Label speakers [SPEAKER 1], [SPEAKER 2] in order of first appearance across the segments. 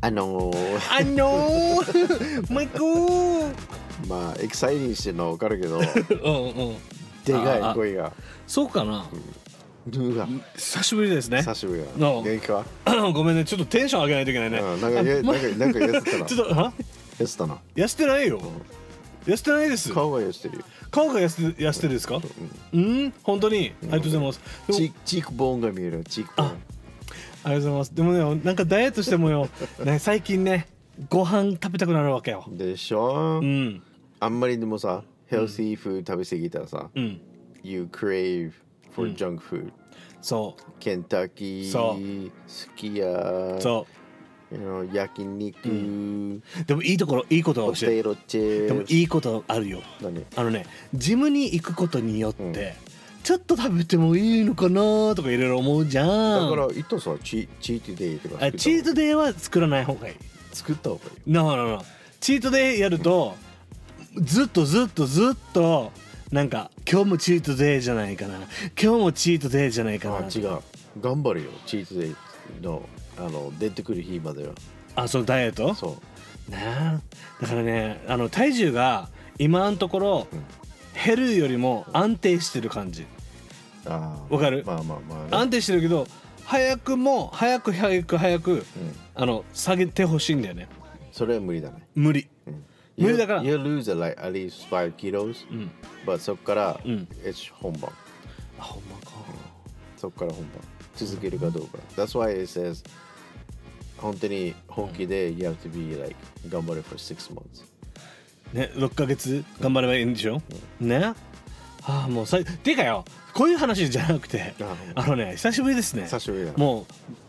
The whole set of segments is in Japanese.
[SPEAKER 1] あ のー、
[SPEAKER 2] あの ー、マイクー
[SPEAKER 1] まあエキサイティングしてるのは分かる けど
[SPEAKER 2] うんうん
[SPEAKER 1] でか
[SPEAKER 2] あ
[SPEAKER 1] い
[SPEAKER 2] あ
[SPEAKER 1] 声が
[SPEAKER 2] そうかな
[SPEAKER 1] うわ
[SPEAKER 2] 久しぶりですね
[SPEAKER 1] 久しぶりだな
[SPEAKER 2] の
[SPEAKER 1] 元気か、
[SPEAKER 2] ごめんねちょっとテンション上げないといけないね
[SPEAKER 1] うん、なんかやなんか なんか痩せたな
[SPEAKER 2] ちょっとは
[SPEAKER 1] 痩せたな
[SPEAKER 2] 痩せてないよ痩せてないです
[SPEAKER 1] 顔が痩せてるよ、
[SPEAKER 2] 顔が痩せて痩せてるですか
[SPEAKER 1] うん
[SPEAKER 2] うん本当にありがとうございますでも
[SPEAKER 1] チークチークボーンが見えるチークボーン
[SPEAKER 2] ありがとうございますでもねなんかダイエットしてもよ、 ね、最近ねご飯食べたくなるわけよ
[SPEAKER 1] でしょ、
[SPEAKER 2] うん
[SPEAKER 1] あんまりでもさヘルシーフード食べ過ぎたらさ、
[SPEAKER 2] うん
[SPEAKER 1] You crave for junk food、
[SPEAKER 2] そ
[SPEAKER 1] ケンタッキー
[SPEAKER 2] そ
[SPEAKER 1] すき家
[SPEAKER 2] うそ
[SPEAKER 1] you know, 焼肉、
[SPEAKER 2] うでもいいところいいこと
[SPEAKER 1] ポ
[SPEAKER 2] は教え
[SPEAKER 1] テトチップ
[SPEAKER 2] でもいいことあるよ
[SPEAKER 1] 何
[SPEAKER 2] あのねジムに行くことによって、
[SPEAKER 1] うん
[SPEAKER 2] ちょっと食べてもいいのかなとかいろいろ思うじゃん
[SPEAKER 1] だからいっとさチチートデイとか
[SPEAKER 2] あチートデイは作らない方がいい
[SPEAKER 1] 作った方がいいよ
[SPEAKER 2] No, no, no. チートデイやると、ずっとずっとずっとなんか今日もチートデイじゃないかな今日もチートデイじゃないかな
[SPEAKER 1] あ違う頑張るよチートデイのあの出てくる日までは
[SPEAKER 2] あそのダイエット
[SPEAKER 1] そ
[SPEAKER 2] なあだからねあの体重が今のところ
[SPEAKER 1] うん
[SPEAKER 2] 減るよりも安定してる感じ
[SPEAKER 1] うあー
[SPEAKER 2] わかる
[SPEAKER 1] まあまあまあね、
[SPEAKER 2] 安定してるけど早くも早く早く早く
[SPEAKER 1] うん、
[SPEAKER 2] あの下げてほしいんだよね
[SPEAKER 1] それは無理だね、
[SPEAKER 2] 無理
[SPEAKER 1] うん、
[SPEAKER 2] 無理だから
[SPEAKER 1] You you lose like at least 5 kilos、
[SPEAKER 2] うん
[SPEAKER 1] but そっから、
[SPEAKER 2] うん
[SPEAKER 1] it's 本番
[SPEAKER 2] あほんまか
[SPEAKER 1] そっから本番続けるかどうか That's why it says 本当に本気で You have to be like 頑張れ for 6 months
[SPEAKER 2] ね、6ヶ月頑張ればいいんでしょ、ねああもうさてかよこういう話じゃなくて
[SPEAKER 1] あ
[SPEAKER 2] あのね久しぶりですね
[SPEAKER 1] 久しぶりだな
[SPEAKER 2] もう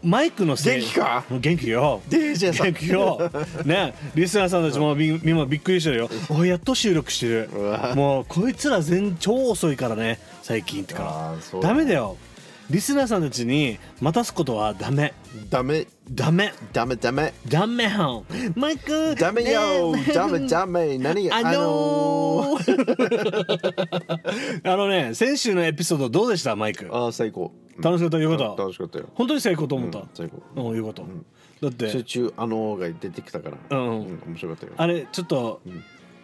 [SPEAKER 2] マイクのせい
[SPEAKER 1] 元気か
[SPEAKER 2] もう元気よ
[SPEAKER 1] DJ さん
[SPEAKER 2] 元気よねリスナーさんたちもみみんなびっくりしてるよおいやっと収録してる
[SPEAKER 1] うわ
[SPEAKER 2] もうこいつら全超遅いからね最近って
[SPEAKER 1] あ
[SPEAKER 2] か
[SPEAKER 1] あそ
[SPEAKER 2] ら
[SPEAKER 1] う
[SPEAKER 2] ダメだよリスナーさんたちに待たすことはダメ
[SPEAKER 1] ダメ
[SPEAKER 2] ダメ
[SPEAKER 1] ダメダメ
[SPEAKER 2] ダメよマイク
[SPEAKER 1] ダメよ
[SPEAKER 2] ね
[SPEAKER 1] ダメダメ何
[SPEAKER 2] あの ー、あのね先週のエピソードどうでしたマイク
[SPEAKER 1] あのーあー最高
[SPEAKER 2] 楽しかったよか
[SPEAKER 1] 楽
[SPEAKER 2] った
[SPEAKER 1] 楽しかったよ
[SPEAKER 2] 本当に成功と思っ
[SPEAKER 1] うん
[SPEAKER 2] た、
[SPEAKER 1] 最高
[SPEAKER 2] うん、よかった、だっ
[SPEAKER 1] 集
[SPEAKER 2] て
[SPEAKER 1] 中あのーが出てきたから
[SPEAKER 2] うんうん
[SPEAKER 1] 面白かったよ
[SPEAKER 2] あれちょっと、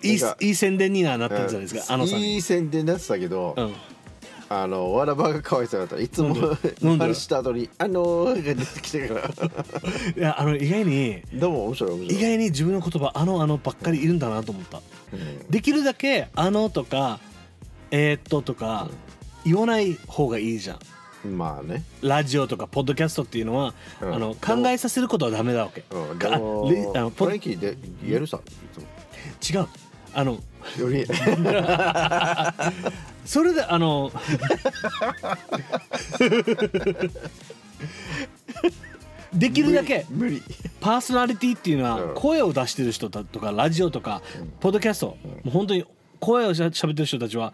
[SPEAKER 2] いい
[SPEAKER 1] なんか
[SPEAKER 2] いい宣伝にはなったんじゃないですかあのさん
[SPEAKER 1] い
[SPEAKER 2] に、
[SPEAKER 1] い宣伝だったけど、
[SPEAKER 2] うん、
[SPEAKER 1] あのわらばがかわいそうだったい つ
[SPEAKER 2] な
[SPEAKER 1] も
[SPEAKER 2] んで
[SPEAKER 1] あれした後に「あのー」が出てきてから
[SPEAKER 2] いやあの意外に
[SPEAKER 1] でも面白い面白い
[SPEAKER 2] 意外に自分の言葉あのあのばっかりいるんだなと思った
[SPEAKER 1] うん
[SPEAKER 2] できるだけあのとかえー、っととか言わない方がいいじゃん
[SPEAKER 1] まあね
[SPEAKER 2] ラジオとかポッドキャストっていうのは、
[SPEAKER 1] うん
[SPEAKER 2] あの
[SPEAKER 1] でも
[SPEAKER 2] 考えさせることはダメだわけ。
[SPEAKER 1] うん
[SPEAKER 2] か
[SPEAKER 1] で
[SPEAKER 2] あ
[SPEAKER 1] も
[SPEAKER 2] レあのポ
[SPEAKER 1] フラ
[SPEAKER 2] 違
[SPEAKER 1] ン
[SPEAKER 2] う
[SPEAKER 1] キーで言えるさいつも
[SPEAKER 2] あの
[SPEAKER 1] より
[SPEAKER 2] それであ のできるだけ
[SPEAKER 1] 無理
[SPEAKER 2] パーソナリティっていうの
[SPEAKER 1] うん
[SPEAKER 2] は声を出してる人だとかラジオとかポッドキャスト、もう本当に声をしゃ喋ってる人たちは、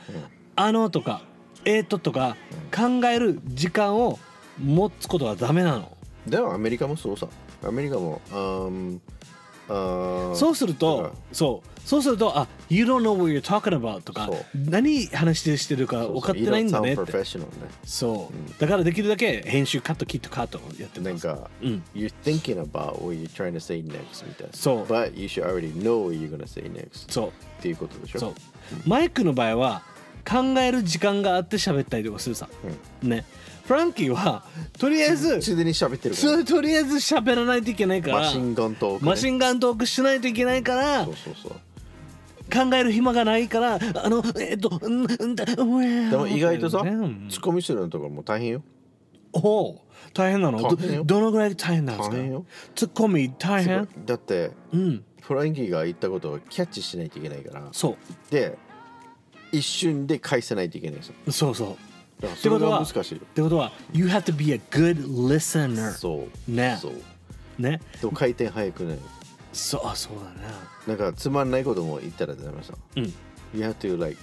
[SPEAKER 2] あのとかえー、っととか考える時間を持つことはダメなの。
[SPEAKER 1] でもアメリカもそうさアメリカもうんうん
[SPEAKER 2] そうする
[SPEAKER 1] だか
[SPEAKER 2] と、そう、そうすると、あ、you don't know what you're talking about とか
[SPEAKER 1] そう、
[SPEAKER 2] 何話してるか
[SPEAKER 1] そう
[SPEAKER 2] 分かってないんだね
[SPEAKER 1] You
[SPEAKER 2] っ
[SPEAKER 1] don't sound
[SPEAKER 2] て。
[SPEAKER 1] professional ね
[SPEAKER 2] そう、だからできるだけ編集カットキットカットやって
[SPEAKER 1] な
[SPEAKER 2] ま
[SPEAKER 1] ん
[SPEAKER 2] す。
[SPEAKER 1] か、
[SPEAKER 2] うん、
[SPEAKER 1] You're thinking about what you're trying to say next みたいな。
[SPEAKER 2] そう
[SPEAKER 1] But you should already know what you're gonna say next
[SPEAKER 2] そ
[SPEAKER 1] っていうことでし
[SPEAKER 2] う、
[SPEAKER 1] ょ
[SPEAKER 2] そう。マイクの場合は、考える時間があって喋ったりとかするさ。ね。フランキーは、とりあえず、
[SPEAKER 1] すでに喋ってるから
[SPEAKER 2] そうとりあえず喋らないといけないから、
[SPEAKER 1] マシンガントークね
[SPEAKER 2] マシンガントークしないといけないから、
[SPEAKER 1] そうそうそう。
[SPEAKER 2] 考える暇がないから、あの、えっと、うん、うんだ、うん
[SPEAKER 1] でも意外とさ、
[SPEAKER 2] うん
[SPEAKER 1] ツッコミするのとかも大変よ。
[SPEAKER 2] おお大変なの
[SPEAKER 1] 大変よ
[SPEAKER 2] どどのぐらい大変なんですか
[SPEAKER 1] 大変よ
[SPEAKER 2] ツッコミ大変
[SPEAKER 1] だって、
[SPEAKER 2] うん
[SPEAKER 1] フランキーが言ったことをキャッチしないといけないから。
[SPEAKER 2] そ
[SPEAKER 1] で、一瞬で返せないといけないさ。
[SPEAKER 2] うそうそうっ
[SPEAKER 1] だから
[SPEAKER 2] て
[SPEAKER 1] そ
[SPEAKER 2] こ
[SPEAKER 1] れ
[SPEAKER 2] と
[SPEAKER 1] が
[SPEAKER 2] は
[SPEAKER 1] 難しいよ。
[SPEAKER 2] てことは You have to be a good listener
[SPEAKER 1] そう。
[SPEAKER 2] ね
[SPEAKER 1] そう。
[SPEAKER 2] ね
[SPEAKER 1] と回転早くね。
[SPEAKER 2] そうあそうだね
[SPEAKER 1] なんかつまんないことも言ったらダメさ。
[SPEAKER 2] うん
[SPEAKER 1] You have to like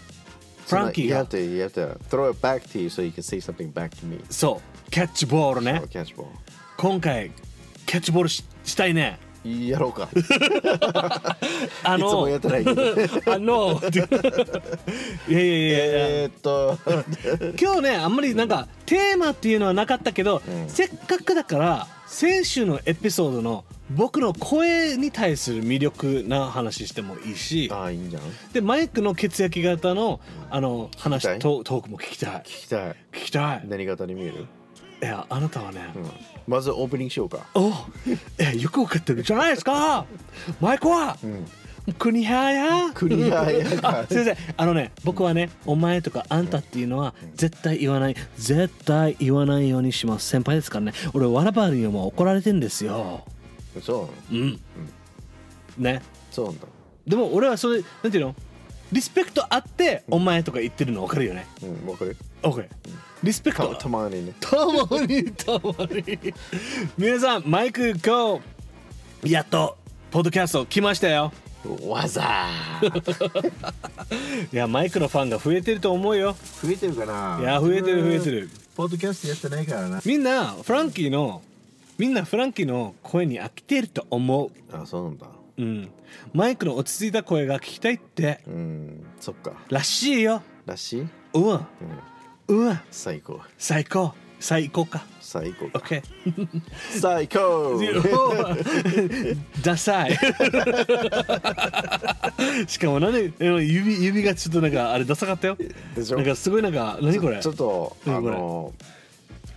[SPEAKER 2] Frankie
[SPEAKER 1] You
[SPEAKER 2] が
[SPEAKER 1] have to you have to throw it back to you so you can say something back to me.
[SPEAKER 2] そうキャッチボールね
[SPEAKER 1] Or catch ball.
[SPEAKER 2] 今回キャッチボールししたいね
[SPEAKER 1] やろうか
[SPEAKER 2] あ
[SPEAKER 1] いつも
[SPEAKER 2] の
[SPEAKER 1] やってない けど
[SPEAKER 2] あ のいやいやいやいや、
[SPEAKER 1] えーっと
[SPEAKER 2] 今日ねあんまりなんかテーマっていうのはなかったけど、
[SPEAKER 1] うん
[SPEAKER 2] せっかくだから先週のエピソードの僕の声に対する魅力な話してもいいし
[SPEAKER 1] ああいいんじゃん聞
[SPEAKER 2] でマイクの血液型のあの
[SPEAKER 1] 聞きた
[SPEAKER 2] 話
[SPEAKER 1] い
[SPEAKER 2] トトークも聞きたい
[SPEAKER 1] きたい
[SPEAKER 2] 聞きたい、
[SPEAKER 1] 何型に見える、
[SPEAKER 2] いやあなたはね、
[SPEAKER 1] うん、まずオープニングしようか
[SPEAKER 2] おえよくわかってるじゃないですかマイクは、
[SPEAKER 1] うん
[SPEAKER 2] 国はや
[SPEAKER 1] 国はやか
[SPEAKER 2] あ先生あのね僕はねお前とかあんたっていうのは絶対言わない絶対言わないようにします先輩ですからね俺わらばるよも怒られてんですよ
[SPEAKER 1] そうなの
[SPEAKER 2] うんね
[SPEAKER 1] そうなんだ
[SPEAKER 2] でも俺はそれなんていうのリスペクトあってお前とか言ってるの分かるよね
[SPEAKER 1] うんわかる
[SPEAKER 2] OK リスペク
[SPEAKER 1] た
[SPEAKER 2] ト
[SPEAKER 1] たまにね
[SPEAKER 2] たまにたまに皆さんマイク今日やっとポッドキャスト来ましたよ
[SPEAKER 1] わざ ー
[SPEAKER 2] いやマイクのファンが増えてると思うよ
[SPEAKER 1] 増えてるかない
[SPEAKER 2] や増えてる増えてる
[SPEAKER 1] ポッドキャストやってないからな
[SPEAKER 2] みんなフランキーのみんなフランキーの声に飽きてると思
[SPEAKER 1] あそうなんだ
[SPEAKER 2] う、うん、マイクの落ち着いた声が聞きたいって
[SPEAKER 1] うんそっから
[SPEAKER 2] しいよ
[SPEAKER 1] らしい、うん、
[SPEAKER 2] うわうわ
[SPEAKER 1] 最高
[SPEAKER 2] 最高最高か
[SPEAKER 1] 最高
[SPEAKER 2] OK
[SPEAKER 1] 最高
[SPEAKER 2] ダサ いしかも何指指がちょっとなんかあれダサかったよ
[SPEAKER 1] でしょ
[SPEAKER 2] なんかすごいなんか何これ
[SPEAKER 1] ちょっとあ
[SPEAKER 2] 何これ
[SPEAKER 1] の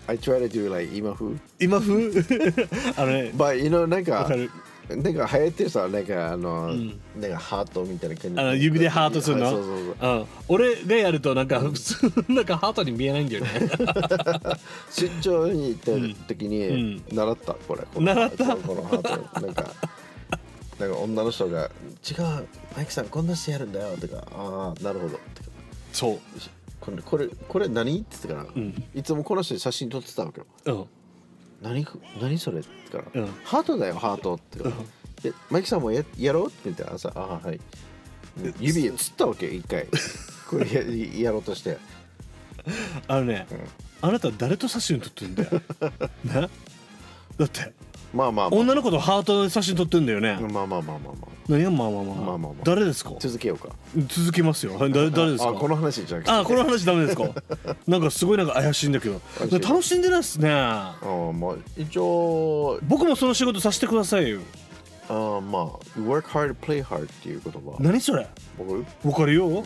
[SPEAKER 1] I try to do like 今風
[SPEAKER 2] 今風 あのね
[SPEAKER 1] but you know なん
[SPEAKER 2] わ
[SPEAKER 1] か
[SPEAKER 2] かる
[SPEAKER 1] なんか流行ってるさなんかあの、なんかハートみたいな感じ
[SPEAKER 2] あの指でハートする
[SPEAKER 1] は
[SPEAKER 2] の
[SPEAKER 1] いそうそうそう
[SPEAKER 2] うん、俺がやるとなんか普通なんかハートに見えないんだよ ね
[SPEAKER 1] 出張に行った時に習った、これこの
[SPEAKER 2] 習った
[SPEAKER 1] このハートなんかなんか女の人が「違うマイクさんこんなしてやるんだよ」とか「ああなるほど」とか
[SPEAKER 2] そう
[SPEAKER 1] 「これこれこれ何?」って言ってから、
[SPEAKER 2] ん
[SPEAKER 1] いつもこの人に写真撮ってたわけよ
[SPEAKER 2] うん
[SPEAKER 1] 「何何それ?」って言ってから、
[SPEAKER 2] うん
[SPEAKER 1] ハートだよハート」って言うからえマイクさんもややろう?」って言ったらさ「ああはい」指つったわけ一回これや やろうとして
[SPEAKER 2] あのね、あなた誰と写真撮ってんだ よねだって
[SPEAKER 1] まあまあまあ
[SPEAKER 2] 女の子とハートの写真撮ってんだよね、
[SPEAKER 1] まあまあまあまあまあ
[SPEAKER 2] 何がまあまあまあ,、
[SPEAKER 1] まあまあまあ
[SPEAKER 2] 誰ですか
[SPEAKER 1] 続けようか
[SPEAKER 2] 続きますよはい誰誰ですか
[SPEAKER 1] あこの話じゃなくて
[SPEAKER 2] あこの話ダメです かなんかすごいなんか怪しいんだけど
[SPEAKER 1] 怪しい
[SPEAKER 2] 楽しんでないっすね
[SPEAKER 1] あまあ一応
[SPEAKER 2] 僕もその仕事させてくださいよ
[SPEAKER 1] あまあ work hard play hard っていう言葉わか
[SPEAKER 2] 何それ
[SPEAKER 1] る
[SPEAKER 2] わかるよ、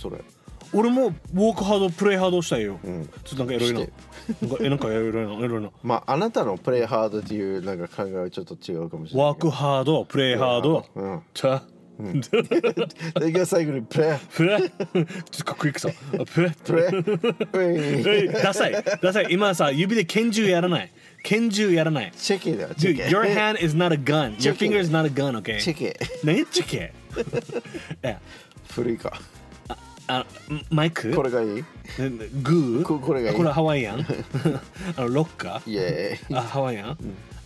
[SPEAKER 1] それ
[SPEAKER 2] 俺もウォークハードプレイハードしたいよ、
[SPEAKER 1] ん
[SPEAKER 2] ちょっとなんかエロいな
[SPEAKER 1] して
[SPEAKER 2] なんかえなんかエロいなエロいな
[SPEAKER 1] まああなたのプレイハードっていうなんか考えはちょっと違うかもしれない
[SPEAKER 2] ワークハードプレイハード
[SPEAKER 1] うん
[SPEAKER 2] ちゃ
[SPEAKER 1] それが最後にプレイ
[SPEAKER 2] プレちょっとかっこいいくさプレ
[SPEAKER 1] プ レイ
[SPEAKER 2] え いダサいダサい今さ指で拳銃やらない拳銃やらない
[SPEAKER 1] チェケだよチ
[SPEAKER 2] Dude,
[SPEAKER 1] ェケ
[SPEAKER 2] your hand is not a gun. Your
[SPEAKER 1] チェケ
[SPEAKER 2] finger is not a gun, okay?
[SPEAKER 1] チェケ
[SPEAKER 2] 何チェ ケえ、
[SPEAKER 1] 古いか
[SPEAKER 2] あの、マイク
[SPEAKER 1] これがいい
[SPEAKER 2] ねねグー
[SPEAKER 1] ここれがいい
[SPEAKER 2] これハワイアン あの、ロッカー
[SPEAKER 1] イエー
[SPEAKER 2] あ、ハワイアン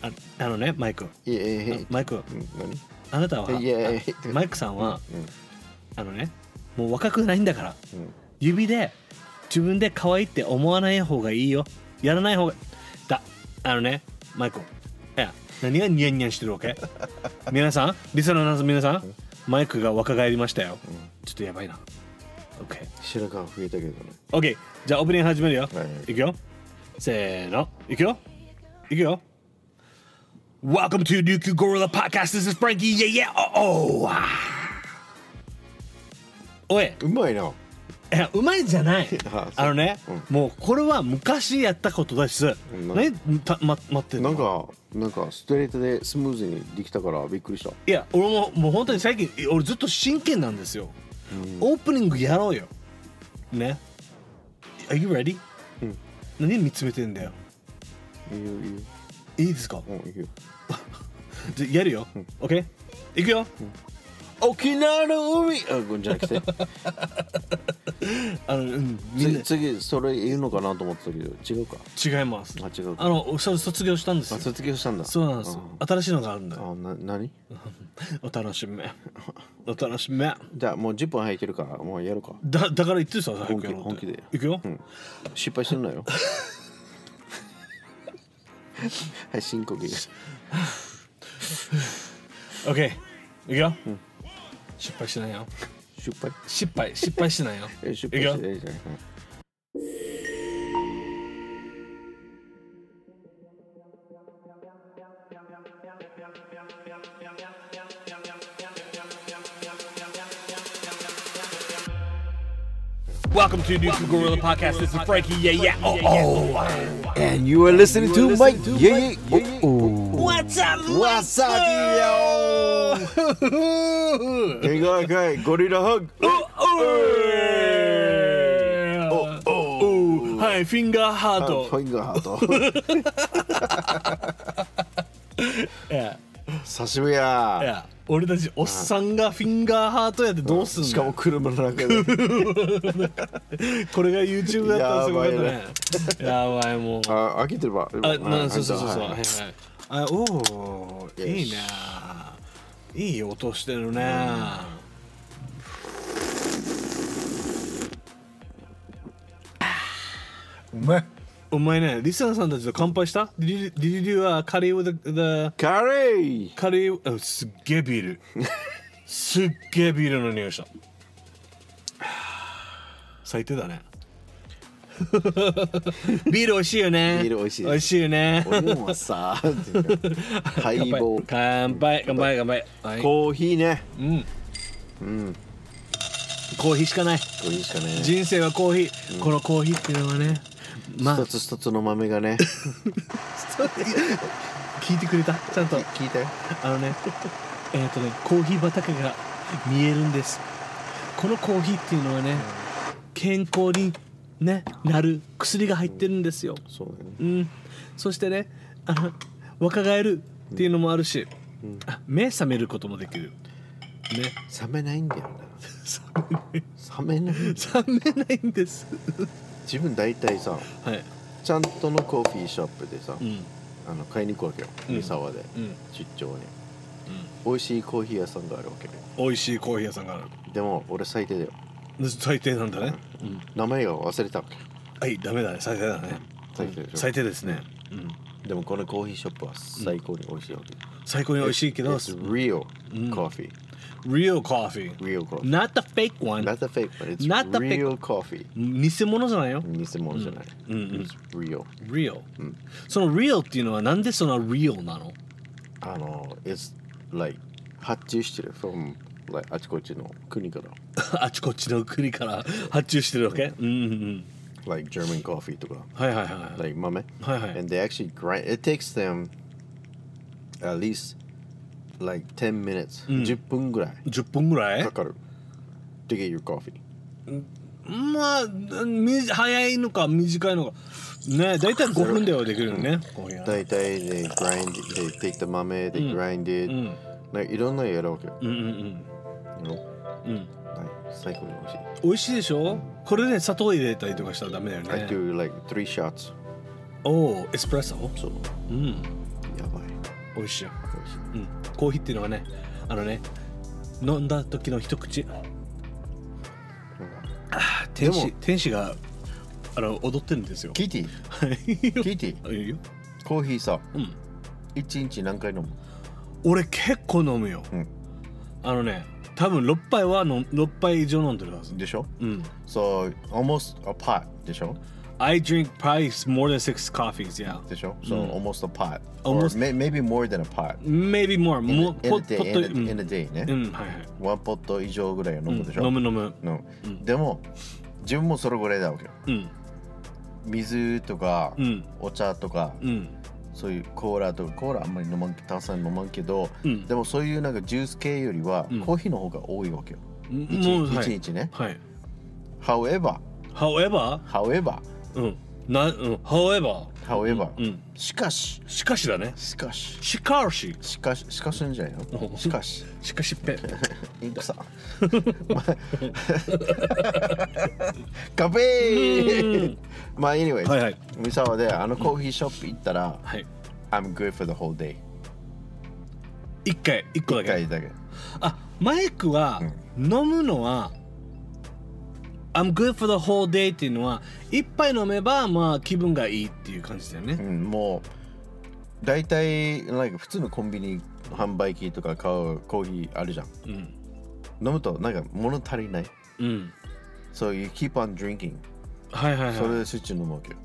[SPEAKER 2] ああのね、マイク。
[SPEAKER 1] イイエーイ
[SPEAKER 2] マイク、
[SPEAKER 1] うん
[SPEAKER 2] あなたは
[SPEAKER 1] 何イエーイ
[SPEAKER 2] マイクさんは、あのねもう若くないんだから、指で自分で可愛いって思わない方がいいよやらない方がだあのねマイクいや何がニヤニヤしてるわ け皆さんリスナーの皆さんマイクが若返りましたよ、ちょっとやばいな OK
[SPEAKER 1] 白髪増えたけどね
[SPEAKER 2] OK じゃあオープニング始めるよ、
[SPEAKER 1] はい
[SPEAKER 2] い、くよせーのいくよいくよ Welcome to Ryukyu Gorilla Podcast This is Frankie Yeah yeah oh oh おいう
[SPEAKER 1] まいな
[SPEAKER 2] えうまいじゃない
[SPEAKER 1] あそう
[SPEAKER 2] あのね、もうこれは昔やったことです
[SPEAKER 1] ん
[SPEAKER 2] 何た、ま、待ってん
[SPEAKER 1] な
[SPEAKER 2] の
[SPEAKER 1] んかなんかストレートでスムーズにできたからびっくりした
[SPEAKER 2] いや俺ももう本当に最近俺ずっと真剣なんですよ、オープニングやろうよね Are you ready?
[SPEAKER 1] うん
[SPEAKER 2] 何見つめてんだよ
[SPEAKER 1] いいよいいよ
[SPEAKER 2] いいですか
[SPEAKER 1] うんいいよ
[SPEAKER 2] じゃやるよ。オッケー。いくよ。
[SPEAKER 1] 沖縄の海あごめんじゃなくて
[SPEAKER 2] あの、うん、 みんな
[SPEAKER 1] 次次それ言うのかなと思ってたけど違うか
[SPEAKER 2] 違います。
[SPEAKER 1] あ違うか
[SPEAKER 2] あの、それ卒業したんです
[SPEAKER 1] あ
[SPEAKER 2] よ。
[SPEAKER 1] 卒業したんだ
[SPEAKER 2] そうなんですよ。新しいのがあるんだ
[SPEAKER 1] あ
[SPEAKER 2] よ。
[SPEAKER 1] な何
[SPEAKER 2] お楽しみ。お楽しみ。だ
[SPEAKER 1] じゃあもう10分入ってるからもうやるか
[SPEAKER 2] だから言ってるさ、早
[SPEAKER 1] 本
[SPEAKER 2] く
[SPEAKER 1] 気
[SPEAKER 2] やろうって
[SPEAKER 1] 本気で
[SPEAKER 2] いくよ
[SPEAKER 1] う。ん、失敗するなよはい深呼吸
[SPEAKER 2] OK いくよ、失敗しないよ
[SPEAKER 1] 失敗
[SPEAKER 2] 失敗失敗しないよ
[SPEAKER 1] え失
[SPEAKER 2] いくよ
[SPEAKER 1] 敗してないじゃんはい
[SPEAKER 2] Welcome to New Gorilla Podcast this is Frankie yeah yeah oh oh
[SPEAKER 1] And you are listening to Mike Yeah Yeah Oh
[SPEAKER 2] What's up
[SPEAKER 1] What's up yo Here you go guy Gorilla hug
[SPEAKER 2] はいフィンガーハー
[SPEAKER 1] あフ
[SPEAKER 2] ト
[SPEAKER 1] ァインガーハート
[SPEAKER 2] Yeah
[SPEAKER 1] 久しぶりや
[SPEAKER 2] いや俺たちおっさんがフィンガーハートやってどうすんの
[SPEAKER 1] しかも車の中で
[SPEAKER 2] これが YouTube だったらすごかったねやばいもう
[SPEAKER 1] あ開けてれば
[SPEAKER 2] あ、まあ、そうそうそうそう、
[SPEAKER 1] は
[SPEAKER 2] はいいはい
[SPEAKER 1] は
[SPEAKER 2] い、あおおいいねいい音してるね
[SPEAKER 1] うまい
[SPEAKER 2] お前ねリスナーさんたちと乾杯した Did you, did you do a curry with the, the
[SPEAKER 1] カレー
[SPEAKER 2] curry あすっげえビールすっげえビールの匂いした最低だ ねビール美味しいよね
[SPEAKER 1] ビール美味しいです
[SPEAKER 2] 美味しいよね
[SPEAKER 1] 俺もさハイボール
[SPEAKER 2] 乾杯乾杯乾杯、はい、
[SPEAKER 1] コーヒーね
[SPEAKER 2] うん、うん、コーヒーしかない
[SPEAKER 1] コーヒーしかね
[SPEAKER 2] 人生はコーヒー、このコーヒーっていうのはねまあ
[SPEAKER 1] 一つ一つの豆がね
[SPEAKER 2] 聞いてくれたちゃんと
[SPEAKER 1] 聞いたよ
[SPEAKER 2] あの ねえっ、とねコーヒー畑が見えるんですこのコーヒーっていうのはね健康に、ね、なる薬が入ってるんですよ、
[SPEAKER 1] そうだね
[SPEAKER 2] うん、そしてねあの若返るっていうのもあるし、あ目覚めることもできるね
[SPEAKER 1] 冷めないんだよな冷めない
[SPEAKER 2] 冷めないんです
[SPEAKER 1] 自分大体さ
[SPEAKER 2] はい
[SPEAKER 1] ちゃんとのコーヒーショップでさ、
[SPEAKER 2] うん
[SPEAKER 1] あの買いに行くわけよ
[SPEAKER 2] うん
[SPEAKER 1] 三沢で、
[SPEAKER 2] うん
[SPEAKER 1] 出張に美味しいコーヒー屋さんがあるわけ
[SPEAKER 2] 美味しいコーヒー屋さんがある
[SPEAKER 1] でも俺最低だよ
[SPEAKER 2] 最低なんだね、うん、
[SPEAKER 1] 名前が忘れたわけ
[SPEAKER 2] はいダメだね最低だね
[SPEAKER 1] 最低でしょ
[SPEAKER 2] 最低ですね、うん、
[SPEAKER 1] でもこのコーヒーショップは最高に美味しいわけ、
[SPEAKER 2] 最高に美味しいけど
[SPEAKER 1] It's real coffee、
[SPEAKER 2] real coffee
[SPEAKER 1] real coffee
[SPEAKER 2] not the fake one
[SPEAKER 1] not a fake but it's
[SPEAKER 2] Not the fake-
[SPEAKER 1] real coffee
[SPEAKER 2] 偽物じゃないよ
[SPEAKER 1] 偽物じゃない、
[SPEAKER 2] うんうんうん
[SPEAKER 1] It's real
[SPEAKER 2] real、その real っていうのはなんでその real なの
[SPEAKER 1] あの It's like 発注してる from like あちこちの国から
[SPEAKER 2] あちこちの国から発注してるわけうんうんうん
[SPEAKER 1] like German coffee とか
[SPEAKER 2] はいはいはい
[SPEAKER 1] like 豆
[SPEAKER 2] はいはい
[SPEAKER 1] and they actually grind it takes them at least like 10 minutes、10分ぐらい
[SPEAKER 2] 10分ぐらい
[SPEAKER 1] かかる to get your coffee
[SPEAKER 2] まあみ早いのか短いのかね大体5分ではできるよねコーヒーは
[SPEAKER 1] 大体 they grind it, they take the 豆 they grind it、
[SPEAKER 2] うん
[SPEAKER 1] なんかいろんなのやるわけよ、
[SPEAKER 2] うんうん
[SPEAKER 1] うん
[SPEAKER 2] うんうん
[SPEAKER 1] 最高に美味しい、
[SPEAKER 2] 美味しいでしょこれね砂糖入れたりとかしたらダメだよ
[SPEAKER 1] I
[SPEAKER 2] ね
[SPEAKER 1] do like three shots
[SPEAKER 2] おおエスプレッソ
[SPEAKER 1] そう
[SPEAKER 2] うん
[SPEAKER 1] やばい
[SPEAKER 2] 美味しいよ、
[SPEAKER 1] 美味しい
[SPEAKER 2] うん、コーヒーっていうのはねあのね飲んだ時の一口あー天
[SPEAKER 1] で
[SPEAKER 2] 使
[SPEAKER 1] も
[SPEAKER 2] 天使があの踊ってるんですよ
[SPEAKER 1] キティ
[SPEAKER 2] はい
[SPEAKER 1] キティ
[SPEAKER 2] あいいよ
[SPEAKER 1] コーヒーさ
[SPEAKER 2] うん
[SPEAKER 1] 一日何回飲む
[SPEAKER 2] 俺結構飲むよ、
[SPEAKER 1] うん
[SPEAKER 2] あのね多分6杯はの6杯以上飲んでるはず
[SPEAKER 1] でしょ
[SPEAKER 2] うん
[SPEAKER 1] So almost a pot でしょ
[SPEAKER 2] I drink probably more than six coffees yeah
[SPEAKER 1] でしょ So、almost a pot
[SPEAKER 2] Almost-
[SPEAKER 1] or may, maybe more than a pot
[SPEAKER 2] maybe more も
[SPEAKER 1] in
[SPEAKER 2] う
[SPEAKER 1] a,
[SPEAKER 2] ポ
[SPEAKER 1] in a
[SPEAKER 2] ッポッ
[SPEAKER 1] day,
[SPEAKER 2] と
[SPEAKER 1] in a,
[SPEAKER 2] うん
[SPEAKER 1] in a day ね、
[SPEAKER 2] うんはいはい
[SPEAKER 1] ワンポット以上ぐらいは飲むでしょ、
[SPEAKER 2] 飲む飲む
[SPEAKER 1] 飲むでも自分もそれぐらいだわけよ
[SPEAKER 2] うん
[SPEAKER 1] 水とか、
[SPEAKER 2] うん
[SPEAKER 1] お茶とか、
[SPEAKER 2] うん
[SPEAKER 1] そういうコーラとかコーラあんまり飲まん炭酸飲まんけど、
[SPEAKER 2] うん
[SPEAKER 1] でもそういうなんかジュース系よりは、コーヒーの方が多いわけよ一日
[SPEAKER 2] もうは
[SPEAKER 1] 一
[SPEAKER 2] い
[SPEAKER 1] 日ね
[SPEAKER 2] はい
[SPEAKER 1] However
[SPEAKER 2] However
[SPEAKER 1] However
[SPEAKER 2] うんなうん However
[SPEAKER 1] However、
[SPEAKER 2] うん
[SPEAKER 1] しかし
[SPEAKER 2] しかしだね
[SPEAKER 1] しかし
[SPEAKER 2] しかし
[SPEAKER 1] しかししかしんじゃないのしかし
[SPEAKER 2] しかしっ ぺ
[SPEAKER 1] いい かさカペーまあ anyway
[SPEAKER 2] はいはい
[SPEAKER 1] 三沢であのコーヒーショップ行ったら、
[SPEAKER 2] はい
[SPEAKER 1] I'm good for the whole day
[SPEAKER 2] 一回一個だ
[SPEAKER 1] 一回
[SPEAKER 2] け
[SPEAKER 1] だけ
[SPEAKER 2] あマイクは飲むのは I'm good for the whole day っていうのは一杯飲めばまあ気分がいいっていう感じだよ
[SPEAKER 1] う
[SPEAKER 2] ね
[SPEAKER 1] んもう大体なんか普通のコンビニ販売機とか買うコーヒーあるじゃん
[SPEAKER 2] うん
[SPEAKER 1] 飲むとなんか物足りない
[SPEAKER 2] うん、
[SPEAKER 1] So you keep on drinking
[SPEAKER 2] はいはいはい
[SPEAKER 1] それでしょっちゅう飲むわけよ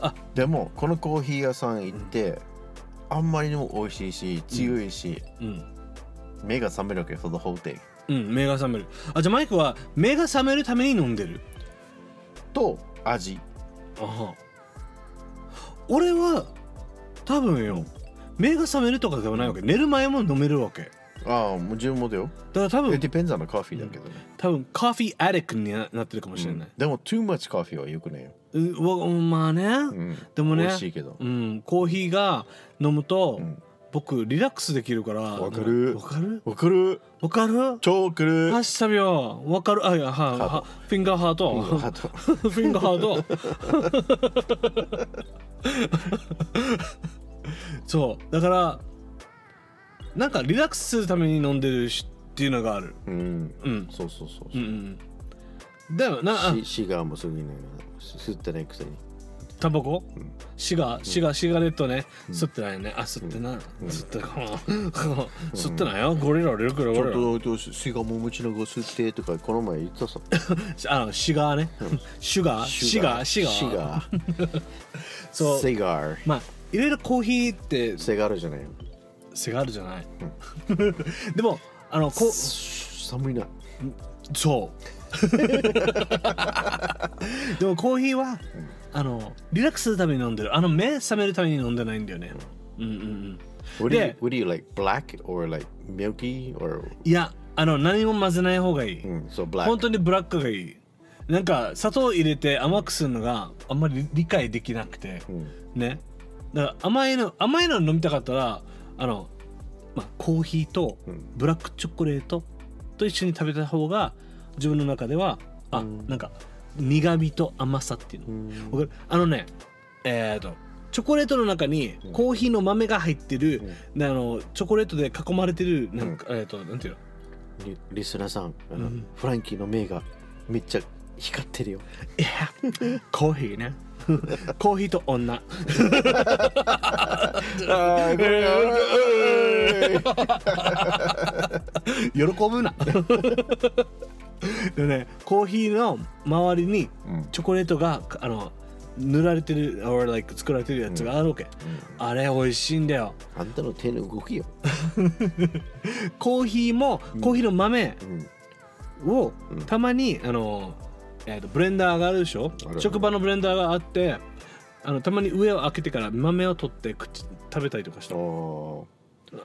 [SPEAKER 2] あ
[SPEAKER 1] でもこのコーヒー屋さん行ってあんまりにも美味しいし強いし
[SPEAKER 2] うん、
[SPEAKER 1] 目が覚めるわけよ for the whole day
[SPEAKER 2] うん、目が覚めるあじゃあマイクは目が覚めるために飲んでる
[SPEAKER 1] と味
[SPEAKER 2] あは俺は多分よ目が覚めるとかではないわけ寝る前も飲めるわけだ
[SPEAKER 1] ああもう自分もだよ
[SPEAKER 2] から多
[SPEAKER 1] It
[SPEAKER 2] 分
[SPEAKER 1] depends on the coffee だけどね
[SPEAKER 2] 多分カーフィーアディクトにななってるかもしれない、
[SPEAKER 1] でも too much coffee はよくないよ
[SPEAKER 2] うわまあね、
[SPEAKER 1] うん
[SPEAKER 2] でもね
[SPEAKER 1] 美味しいけど
[SPEAKER 2] うん、コーヒーが飲むと、
[SPEAKER 1] ん
[SPEAKER 2] 僕リラックスできるから
[SPEAKER 1] わかる
[SPEAKER 2] わかる
[SPEAKER 1] わかる
[SPEAKER 2] わかる
[SPEAKER 1] 超くる
[SPEAKER 2] ハッシュタビオわかるあいやは
[SPEAKER 1] ート
[SPEAKER 2] はフィンガーハート
[SPEAKER 1] うんハート
[SPEAKER 2] フィンガーハート そうだからなんかリラックスするために飲んでるしっていうのがある
[SPEAKER 1] うん
[SPEAKER 2] うん
[SPEAKER 1] そうそうそう
[SPEAKER 2] うんうんうんでもなあ
[SPEAKER 1] シシガーもすぐにね吸ってないくせに
[SPEAKER 2] タバコ、シガシガシガレットね、吸ってないねあ吸ってない、吸ってない吸ってないよゴリラ出るから
[SPEAKER 1] ち
[SPEAKER 2] ゴ
[SPEAKER 1] ょっ
[SPEAKER 2] リラ
[SPEAKER 1] とどうしシガーももちろんご吸ってとかこの前言ったさ
[SPEAKER 2] あのシガーねシュガーシガーシガー
[SPEAKER 1] シガー
[SPEAKER 2] そう
[SPEAKER 1] セガー
[SPEAKER 2] まあいろいろコーヒーって
[SPEAKER 1] セガールじゃないよ
[SPEAKER 2] 背があるじゃない、 でもあのこう
[SPEAKER 1] 寒いな
[SPEAKER 2] そう でもコーヒーは、あのリラックスするために飲んでるあの目覚めるために飲んでないんだよね、うんうんうん、
[SPEAKER 1] What do, you,
[SPEAKER 2] で
[SPEAKER 1] what do you like? Black or like milky or
[SPEAKER 2] いやあの何も混ぜない方がいい、
[SPEAKER 1] うん so black?
[SPEAKER 2] 本当にブラックがいいなんか砂糖入れて甘くするのがあんまり理解できなくて、ねだから甘いの甘いの飲みたかったらあの、まあ、コーヒーとブラックチョコレートと一緒に食べた方が自分の中ではあ、なんか苦味と甘さっていうの、わかるあのねえっ、とチョコレートの中にコーヒーの豆が入ってる、ねあのチョコレートで囲まれてるなんか、えっ、となんていうの
[SPEAKER 1] リリスナーさん、あのフランキーの目がめっちゃ光ってるよ。
[SPEAKER 2] いや、 コーヒーね。コーヒーと女。 喜ぶ な。でね、コーヒーの周りにチョコレートが、あの塗られてる、or like 作られてるやつがあるわけ。あれ美味しいんだよ。
[SPEAKER 1] あんたの手の動きよ。
[SPEAKER 2] コーヒーもコーヒーの豆をたまに、あの、えーとブレンダーがあるでしょ
[SPEAKER 1] ある
[SPEAKER 2] 職場のブレンダーがあってあのたまに上を開けてから豆を取って口食べたりとかした
[SPEAKER 1] ああ、こ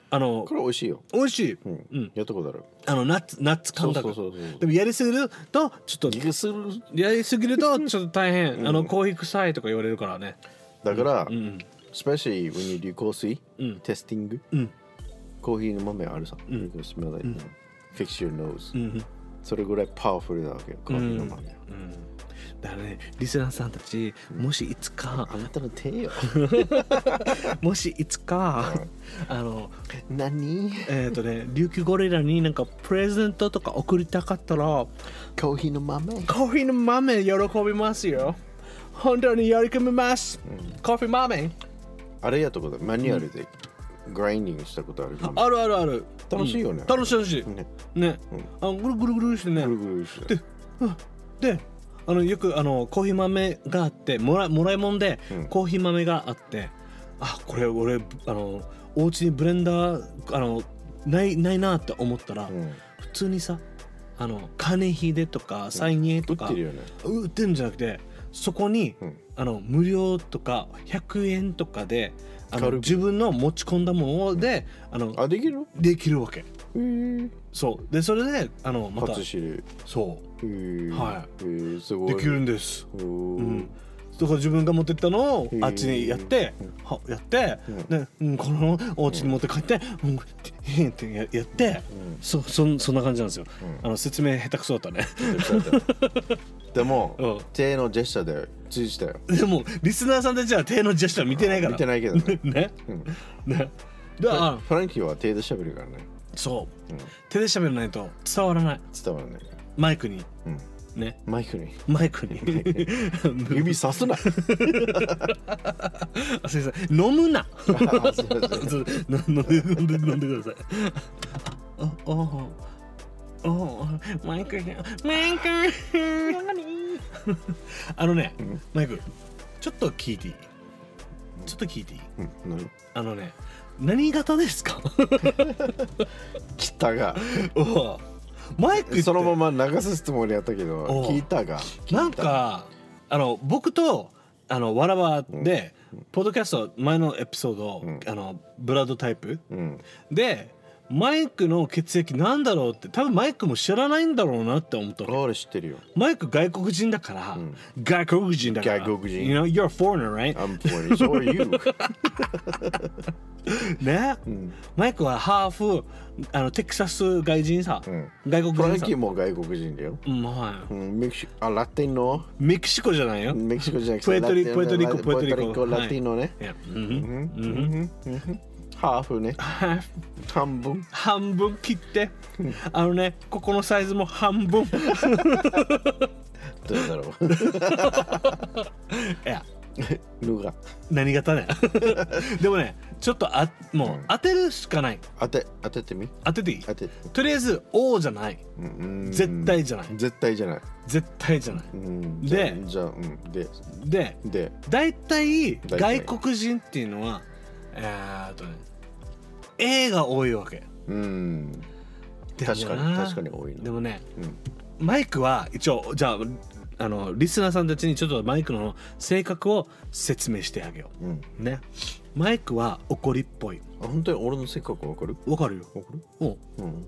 [SPEAKER 2] あの
[SPEAKER 1] れ美味しいよ。
[SPEAKER 2] 美味しい、
[SPEAKER 1] うん、やったことある。
[SPEAKER 2] あのナッツナッツ感覚
[SPEAKER 1] そうそうそうそう
[SPEAKER 2] でもやりすぎるとちょっと
[SPEAKER 1] ギグする
[SPEAKER 2] やりすぎるとちょっと大変、あのコーヒー臭いとか言われるからね
[SPEAKER 1] だから、
[SPEAKER 2] うん、
[SPEAKER 1] especially when you do 香水、
[SPEAKER 2] うん
[SPEAKER 1] テスティング、
[SPEAKER 2] うん
[SPEAKER 1] コーヒーの豆あるさ。You can smell it, you know. Fix your nose、
[SPEAKER 2] うん
[SPEAKER 1] それぐらいパワフルなわけよ、コーヒーの豆。
[SPEAKER 2] うん、だからねリスナーさんたちもしいつか
[SPEAKER 1] あんたの手よ。
[SPEAKER 2] もしいつかあの
[SPEAKER 1] 何
[SPEAKER 2] えっ、とね琉球ゴリラになんかプレゼントとか送りたかったらコ
[SPEAKER 1] コーヒーの豆。
[SPEAKER 2] ーヒーの豆喜びますよ本当に喜びます、コーヒー豆
[SPEAKER 1] あれやったことあるマニュアルでグラインディングしたことあるかも。
[SPEAKER 2] あるあるある
[SPEAKER 1] 楽しいよね
[SPEAKER 2] 楽しい楽しい
[SPEAKER 1] ね
[SPEAKER 2] ね、あぐるぐるぐるしてね
[SPEAKER 1] ぐるぐるして
[SPEAKER 2] であのよくあのコーヒー豆があってもらもらいもんで、コーヒー豆があってあこれ俺あのお家にブレンダーあのないないなって思ったら、
[SPEAKER 1] ん
[SPEAKER 2] 普通にさあの金秀とか三栄とか、
[SPEAKER 1] 売ってるよね
[SPEAKER 2] 売ってるんじゃなくてそこに、
[SPEAKER 1] うん
[SPEAKER 2] あの無料とか100円とかであの
[SPEAKER 1] 軽く
[SPEAKER 2] 自分の持ち込んだもので、あの
[SPEAKER 1] あ、できる
[SPEAKER 2] できるわけ
[SPEAKER 1] えー、
[SPEAKER 2] そうでそれであのまた
[SPEAKER 1] 初知る。
[SPEAKER 2] そ
[SPEAKER 1] えー、。
[SPEAKER 2] はい
[SPEAKER 1] えー、すご
[SPEAKER 2] う
[SPEAKER 1] い。
[SPEAKER 2] できるんです
[SPEAKER 1] おー。
[SPEAKER 2] うんだから自分が持ってったのを
[SPEAKER 1] へー
[SPEAKER 2] あっちにやって、はやって、ねうん、このお家に持って帰って、うん、へんってややって、そそんそんな感じなんですよ、あの説明下手くそだったね
[SPEAKER 1] でも、
[SPEAKER 2] うん
[SPEAKER 1] 手のジェスチャーで通じたよ。
[SPEAKER 2] でもリスナーさんたちは手のジェスチャー見てないから
[SPEAKER 1] 見てないけどね。
[SPEAKER 2] ね、ねだから あ
[SPEAKER 1] フランキーは手で喋るからね。
[SPEAKER 2] そう、手で喋らないと伝わらない
[SPEAKER 1] 伝わらない。
[SPEAKER 2] マイクに、
[SPEAKER 1] うん
[SPEAKER 2] ね
[SPEAKER 1] マイク に
[SPEAKER 2] マイク に
[SPEAKER 1] 指さすな
[SPEAKER 2] あすいません飲む な
[SPEAKER 1] あすいません
[SPEAKER 2] そう飲んで飲んで飲んでくださいあおおおマイクマイクあのね
[SPEAKER 1] ん
[SPEAKER 2] マイクちょっと聞いていいちょっと聞いていい
[SPEAKER 1] うん何
[SPEAKER 2] あのね何型ですか
[SPEAKER 1] 北が
[SPEAKER 2] おうマイクって
[SPEAKER 1] そのまま流すつもりやったけど
[SPEAKER 2] おう
[SPEAKER 1] 聞いたが
[SPEAKER 2] なんかあの僕とあのわらばで、ポッドキャスト前のエピソード、
[SPEAKER 1] うん
[SPEAKER 2] あのブラッドタイプ
[SPEAKER 1] うん
[SPEAKER 2] でマイクの血液なんだろうって多分マイクも知らないんだろうなって思ったの
[SPEAKER 1] 俺知ってるよ
[SPEAKER 2] マイク外国人だから、
[SPEAKER 1] ん
[SPEAKER 2] 外国人だから
[SPEAKER 1] 外国人
[SPEAKER 2] You know, you're a foreigner, right?
[SPEAKER 1] I'm Polish so are you
[SPEAKER 2] ね、
[SPEAKER 1] ん
[SPEAKER 2] マイクはハーフあのテキサス外人さ、
[SPEAKER 1] ん
[SPEAKER 2] 外
[SPEAKER 1] フ
[SPEAKER 2] 国
[SPEAKER 1] ラン
[SPEAKER 2] 人さ
[SPEAKER 1] キーも外国人だよ
[SPEAKER 2] うんはい
[SPEAKER 1] うんメキシあラテンの
[SPEAKER 2] メキシコじゃないよ、
[SPEAKER 1] メキシコじゃなくて
[SPEAKER 2] プエトリ
[SPEAKER 1] ラテン
[SPEAKER 2] プエトリコ
[SPEAKER 1] ラ
[SPEAKER 2] プエトリコはい
[SPEAKER 1] ラテンのね
[SPEAKER 2] いやうん
[SPEAKER 1] うんうんうんハーフね
[SPEAKER 2] ハーフ
[SPEAKER 1] 半分
[SPEAKER 2] 半分切ってあのねここのサイズも半 分い
[SPEAKER 1] どうだ ろ
[SPEAKER 2] や
[SPEAKER 1] うルが
[SPEAKER 2] 何型だよ でもねちょっとあもう当てるしかない
[SPEAKER 1] 当て当ててみ
[SPEAKER 2] 当てていい
[SPEAKER 1] 当て
[SPEAKER 2] とりあえず「O」じゃない
[SPEAKER 1] うん
[SPEAKER 2] 絶対じゃない
[SPEAKER 1] 絶対じゃない
[SPEAKER 2] 絶対じゃない
[SPEAKER 1] うん
[SPEAKER 2] で
[SPEAKER 1] じゃあじゃあうんで
[SPEAKER 2] で
[SPEAKER 1] で
[SPEAKER 2] 大体
[SPEAKER 1] 大体
[SPEAKER 2] 外国人っていうのはえーっとね A が多いわけ
[SPEAKER 1] うん
[SPEAKER 2] でもな
[SPEAKER 1] 確かに確かに多い
[SPEAKER 2] で
[SPEAKER 1] な
[SPEAKER 2] もね
[SPEAKER 1] うん
[SPEAKER 2] マイクは一応じゃああのリスナーさんたちにちょっとマイクの性格を説明してあげよう
[SPEAKER 1] うん
[SPEAKER 2] ねマイクは怒りっぽい
[SPEAKER 1] あ本当に俺の性格わかる
[SPEAKER 2] わかるよ
[SPEAKER 1] わかる
[SPEAKER 2] うん
[SPEAKER 1] うん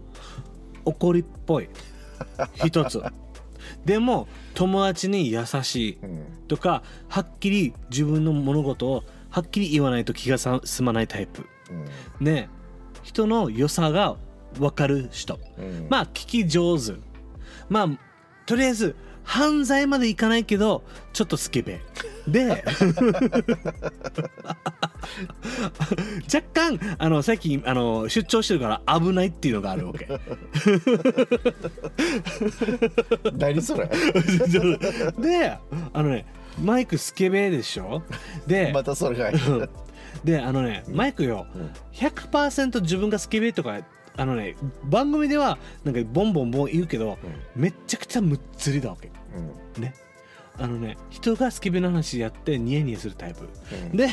[SPEAKER 2] 怒りっぽい一 つでも友達に優しい
[SPEAKER 1] うん
[SPEAKER 2] とかはっきり自分の物事をはっきり言わないと気がさ済まないタイプね人の良さが分かる人
[SPEAKER 1] うん
[SPEAKER 2] まあ聞き上手まあとりあえず犯罪までいかないけどちょっとスケベで 若干あの最近あの出張してるから危ないっていうのがあるわけ
[SPEAKER 1] 何それ
[SPEAKER 2] であのねマイクスケベでしょで、
[SPEAKER 1] またそれ が
[SPEAKER 2] うんであのねマイクよ、
[SPEAKER 1] うん
[SPEAKER 2] 100%自分がスケベとかあのね番組ではなんかボンボンボン言うけど、めっちゃくちゃむっつりだわけ
[SPEAKER 1] うん
[SPEAKER 2] ねあのね人がスケベの話やってニヤニヤするタイプ、
[SPEAKER 1] うん
[SPEAKER 2] で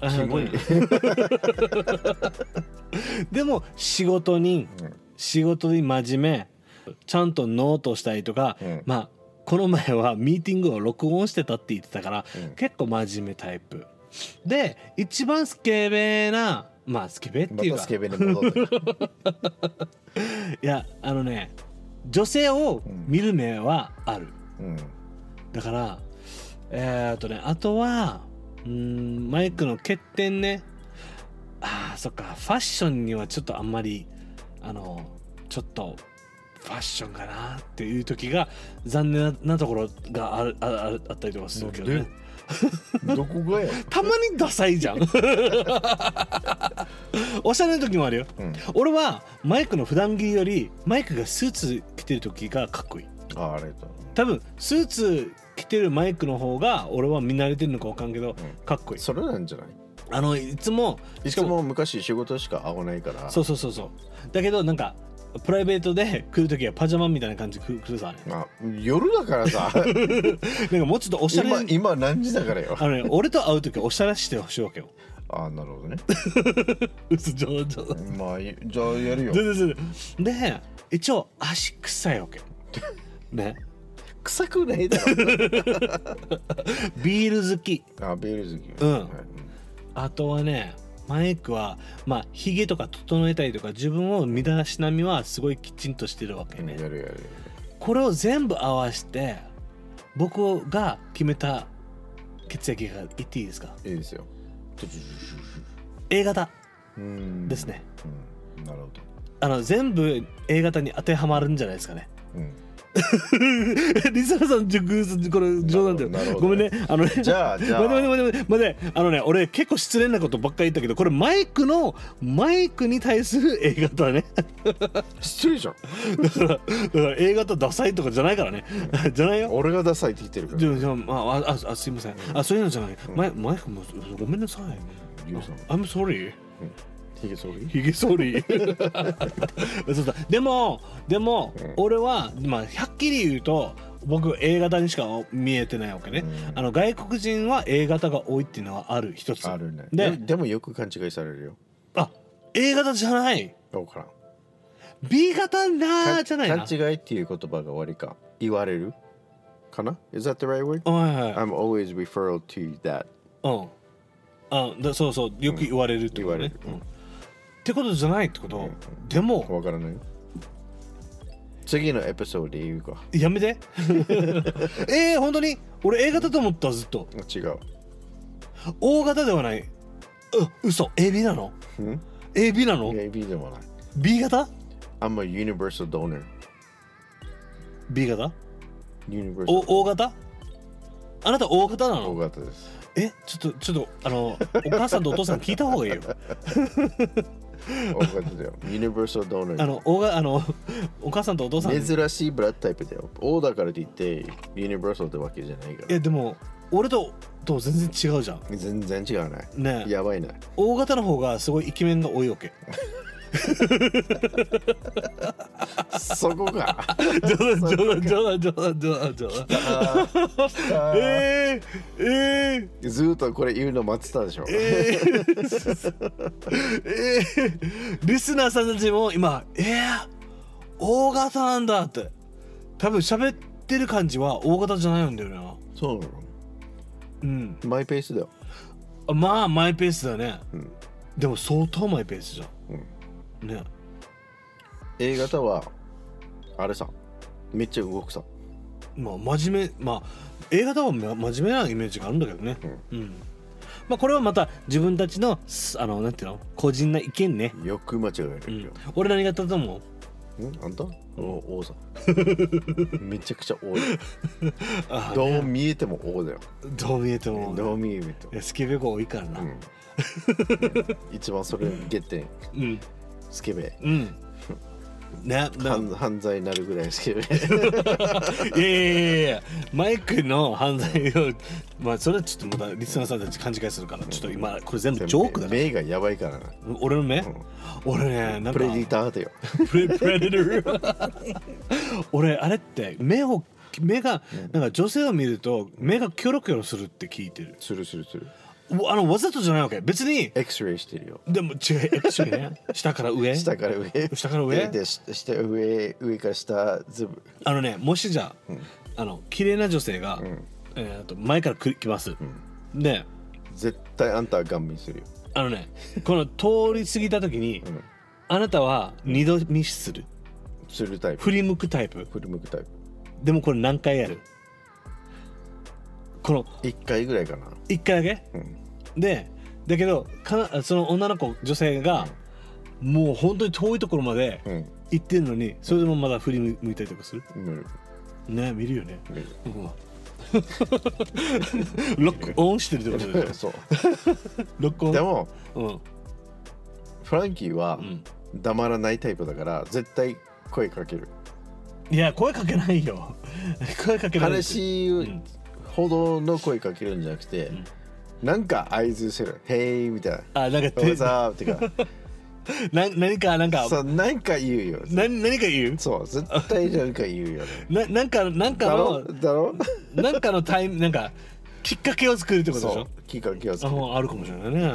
[SPEAKER 2] あ
[SPEAKER 1] キ
[SPEAKER 2] の
[SPEAKER 1] モい
[SPEAKER 2] ね でも仕事に、
[SPEAKER 1] うん
[SPEAKER 2] 仕事に真面目ちゃんとノートしたりとか、
[SPEAKER 1] うん
[SPEAKER 2] まあこの前はミーティングを録音してたって言ってたから、
[SPEAKER 1] うん
[SPEAKER 2] 結構真面目タイプで一番スケベなまあスケベって
[SPEAKER 1] ま
[SPEAKER 2] いう
[SPEAKER 1] た
[SPEAKER 2] か
[SPEAKER 1] スケ ベに戻ってくる
[SPEAKER 2] いやあのね女性を見る目はある、
[SPEAKER 1] うん
[SPEAKER 2] だからえー、っとねあとはうーんマイクの欠点ねあーそっかファッションにはちょっとあんまりあのちょっとファッションかなっていう時が残念なところがあるあああったりとかするけど
[SPEAKER 1] なん
[SPEAKER 2] ね
[SPEAKER 1] でどこが や
[SPEAKER 2] たまにダサい じゃんおしゃれな時もあるよ
[SPEAKER 1] うん
[SPEAKER 2] 俺はマイクの普段着よりマイクがスーツ着てる時がかっこいい
[SPEAKER 1] ああれだ
[SPEAKER 2] 多分スーツ着てるマイクの方が俺は見慣れてるのか分かんけど、かっこいい
[SPEAKER 1] それなんじゃない
[SPEAKER 2] あのいつも
[SPEAKER 1] いつも昔仕事しか会わないから
[SPEAKER 2] そうそうそうそうだけどなんかプライベートで来る時はパジャマみたいな感じで来る来るさ、
[SPEAKER 1] まあ夜だから さ
[SPEAKER 2] なんかもうちょっとおしゃれ
[SPEAKER 1] 今今何時だからよ
[SPEAKER 2] あの、ね、俺と会う時はおしゃれしてほしいわけよ
[SPEAKER 1] ああなるほどね
[SPEAKER 2] 嘘冗談
[SPEAKER 1] まあいじゃあやるよ
[SPEAKER 2] 全然全然で一応足臭いわけね
[SPEAKER 1] 臭くないだろ
[SPEAKER 2] ビール好き
[SPEAKER 1] あビール好き
[SPEAKER 2] うん
[SPEAKER 1] はい
[SPEAKER 2] あとはねマイクはまあヒゲとか整えたりとか自分を身だしなみはすごいきちんとしてるわけ
[SPEAKER 1] うん
[SPEAKER 2] ね、
[SPEAKER 1] やるやる
[SPEAKER 2] これを全部合わせて僕が決めた血液が言っていいですか
[SPEAKER 1] いいですよ
[SPEAKER 2] A 型
[SPEAKER 1] うん
[SPEAKER 2] ですね、
[SPEAKER 1] うんなるほど
[SPEAKER 2] あの全部 A 型に当てはまるんじゃないですかね
[SPEAKER 1] うん
[SPEAKER 2] リサさん、じゅぐずこれ冗談だよ
[SPEAKER 1] なる。ほ
[SPEAKER 2] ご
[SPEAKER 1] ど
[SPEAKER 2] めんね。あのね。
[SPEAKER 1] じゃあじゃあ
[SPEAKER 2] 待て待て待て待て待てあのね、俺結構失礼なことばっかり言ったけど、これマイクのマイクに対する A 型だね。
[SPEAKER 1] 失礼じゃん
[SPEAKER 2] だからだから A 型ダサいとかじゃないからね。 じゃないよ。
[SPEAKER 1] 俺がダサいって言ってるから
[SPEAKER 2] じゃあじゃあまああああすいません。あそういうのじゃない。マイマイクもごめんなさい。
[SPEAKER 1] ゆうさん
[SPEAKER 2] I'm sorry.
[SPEAKER 1] ひげ剃り
[SPEAKER 2] ヒゲ剃りそうだでもでも、俺は、まあ、はっきり言うと僕 A 型にしか見えてないわけね、
[SPEAKER 1] うん
[SPEAKER 2] あの外国人は A 型が多いっていうのはある一つ
[SPEAKER 1] あるねで
[SPEAKER 2] で
[SPEAKER 1] でもよく勘違いされるよ
[SPEAKER 2] あ A 型じゃない
[SPEAKER 1] どうからん
[SPEAKER 2] B 型な
[SPEAKER 1] か
[SPEAKER 2] ーじゃないな
[SPEAKER 1] 勘違いっていう言葉が悪いか言われるかな Is that the right word?
[SPEAKER 2] はいはい、
[SPEAKER 1] I'm always referred to that
[SPEAKER 2] うんあだそうそうよく言われるってことね、
[SPEAKER 1] うん言われるうん
[SPEAKER 2] うんってことじゃないってこと、
[SPEAKER 1] ん
[SPEAKER 2] でも
[SPEAKER 1] わからないよ次のエピソードで言うか
[SPEAKER 2] やめて えー、本当に俺 A 型と思ったずっと
[SPEAKER 1] 違う
[SPEAKER 2] O 型ではない。う嘘 AB なの
[SPEAKER 1] うん
[SPEAKER 2] ?AB なの
[SPEAKER 1] AB でもない
[SPEAKER 2] ?B 型
[SPEAKER 1] I'm a universal donor
[SPEAKER 2] ?B 型
[SPEAKER 1] Universal
[SPEAKER 2] ?O, o 型あなた O 型なの
[SPEAKER 1] 大型です
[SPEAKER 2] えちょっとちょっとあのお母さんとお父さん聞いた方がいい よ。
[SPEAKER 1] 大型だよ Universal
[SPEAKER 2] あ
[SPEAKER 1] donor
[SPEAKER 2] の O があのお母さんとお父さん。い
[SPEAKER 1] 珍しいブラッドタイプだよ O だからといって Universal ってわけじゃないから
[SPEAKER 2] やでも俺とと全然違うじゃん。
[SPEAKER 1] 全然違うね
[SPEAKER 2] ねえ
[SPEAKER 1] やばいね
[SPEAKER 2] O 型の方がすごいイケメンが多いわ け。
[SPEAKER 1] そこ か
[SPEAKER 2] 冗談冗談冗談冗談冗談冗談。 えー、えー、
[SPEAKER 1] ずーっとこれ言うの待ってたでしょ
[SPEAKER 2] えーえー リスナーさんたちも今「えー、大型なんだ」って多分喋ってる感じは大型じゃないんだよな
[SPEAKER 1] そうなの
[SPEAKER 2] うん
[SPEAKER 1] マイペースだよ
[SPEAKER 2] あまあマイペースだね、
[SPEAKER 1] うん
[SPEAKER 2] でも相当マイペースじゃ
[SPEAKER 1] うん
[SPEAKER 2] んね
[SPEAKER 1] A 型はあれさめっちゃ動くさ
[SPEAKER 2] まあ真面目まあ A 型はま真面目なイメージがあるんだけどねうん、まあこれはまた自分たちのすあのなんていうの個人な意見ね、
[SPEAKER 1] よく間違え
[SPEAKER 2] う
[SPEAKER 1] るよ
[SPEAKER 2] ん、俺何型だと思うん
[SPEAKER 1] あんたお王さ んめちゃくちゃ王だよ
[SPEAKER 2] あ
[SPEAKER 1] どう見えても王だよ
[SPEAKER 2] どう見えても
[SPEAKER 1] どう見えて
[SPEAKER 2] い
[SPEAKER 1] も
[SPEAKER 2] やスケベが多いからな、
[SPEAKER 1] うん一番それ原点
[SPEAKER 2] うん
[SPEAKER 1] スケベ
[SPEAKER 2] うん。ね、な
[SPEAKER 1] 犯犯罪になるぐらいス ケベ
[SPEAKER 2] いやいやいやいやマイクの犯罪をまあそれはちょっとまたリスナーさんたち勘違いするからちょっと今これ全部ジョークだね
[SPEAKER 1] 目がやばいからな
[SPEAKER 2] 俺の目、
[SPEAKER 1] ん
[SPEAKER 2] 俺ねなんか
[SPEAKER 1] プレデターだよ
[SPEAKER 2] プレプレデター 俺あれって目を目がなんか女性を見ると目がキョロキョロするって聞いてる
[SPEAKER 1] するするする
[SPEAKER 2] あのわざとじゃないわけ別に
[SPEAKER 1] X レイしてるよ
[SPEAKER 2] でも違うエクション ね下から上
[SPEAKER 1] 下から上
[SPEAKER 2] 下から上
[SPEAKER 1] でし下上上から下ずぶ
[SPEAKER 2] あのねもしじゃあ,、あの綺麗な女性が、えー、と前から来来ます、で
[SPEAKER 1] 絶対あんたはガン見するよ
[SPEAKER 2] あの ねこの通り過ぎた時に、あなたは二度見する
[SPEAKER 1] するタイプ
[SPEAKER 2] 振り向くタイプ
[SPEAKER 1] 振り向くタイプ
[SPEAKER 2] でもこれ何回やるこの
[SPEAKER 1] 一回ぐらいかな
[SPEAKER 2] 一回だけ、でだけどかなその女の子女性が、もう本当に遠いところまで
[SPEAKER 1] うん
[SPEAKER 2] 行ってるのに、それでもまだ振り向いたりとかする
[SPEAKER 1] 見る
[SPEAKER 2] ね見るよね、
[SPEAKER 1] 見る
[SPEAKER 2] うわロックオンしてるってことだよ
[SPEAKER 1] そう
[SPEAKER 2] ロックオン
[SPEAKER 1] でも
[SPEAKER 2] うん
[SPEAKER 1] フランキーは
[SPEAKER 2] ん
[SPEAKER 1] 黙らないタイプだから絶対声かける
[SPEAKER 2] いや声かけないよ声かけない
[SPEAKER 1] 彼氏
[SPEAKER 2] ん
[SPEAKER 1] ほどの声かけるんじゃなくて、なんか合図する「へい」みたいな
[SPEAKER 2] あなんか
[SPEAKER 1] 「どう
[SPEAKER 2] 手
[SPEAKER 1] ぞ」ってか
[SPEAKER 2] な何かなんか
[SPEAKER 1] そうなんか言うよ
[SPEAKER 2] な何か言う
[SPEAKER 1] そう絶対なんか言うよ
[SPEAKER 2] な
[SPEAKER 1] ね
[SPEAKER 2] なんかなんか
[SPEAKER 1] だろ
[SPEAKER 2] の
[SPEAKER 1] だろ
[SPEAKER 2] なんかのタイミングなんかきっかけを作るってことでし
[SPEAKER 1] そ
[SPEAKER 2] ょ
[SPEAKER 1] うきっかけをつけ
[SPEAKER 2] あ
[SPEAKER 1] る
[SPEAKER 2] もうあるかもしれない ね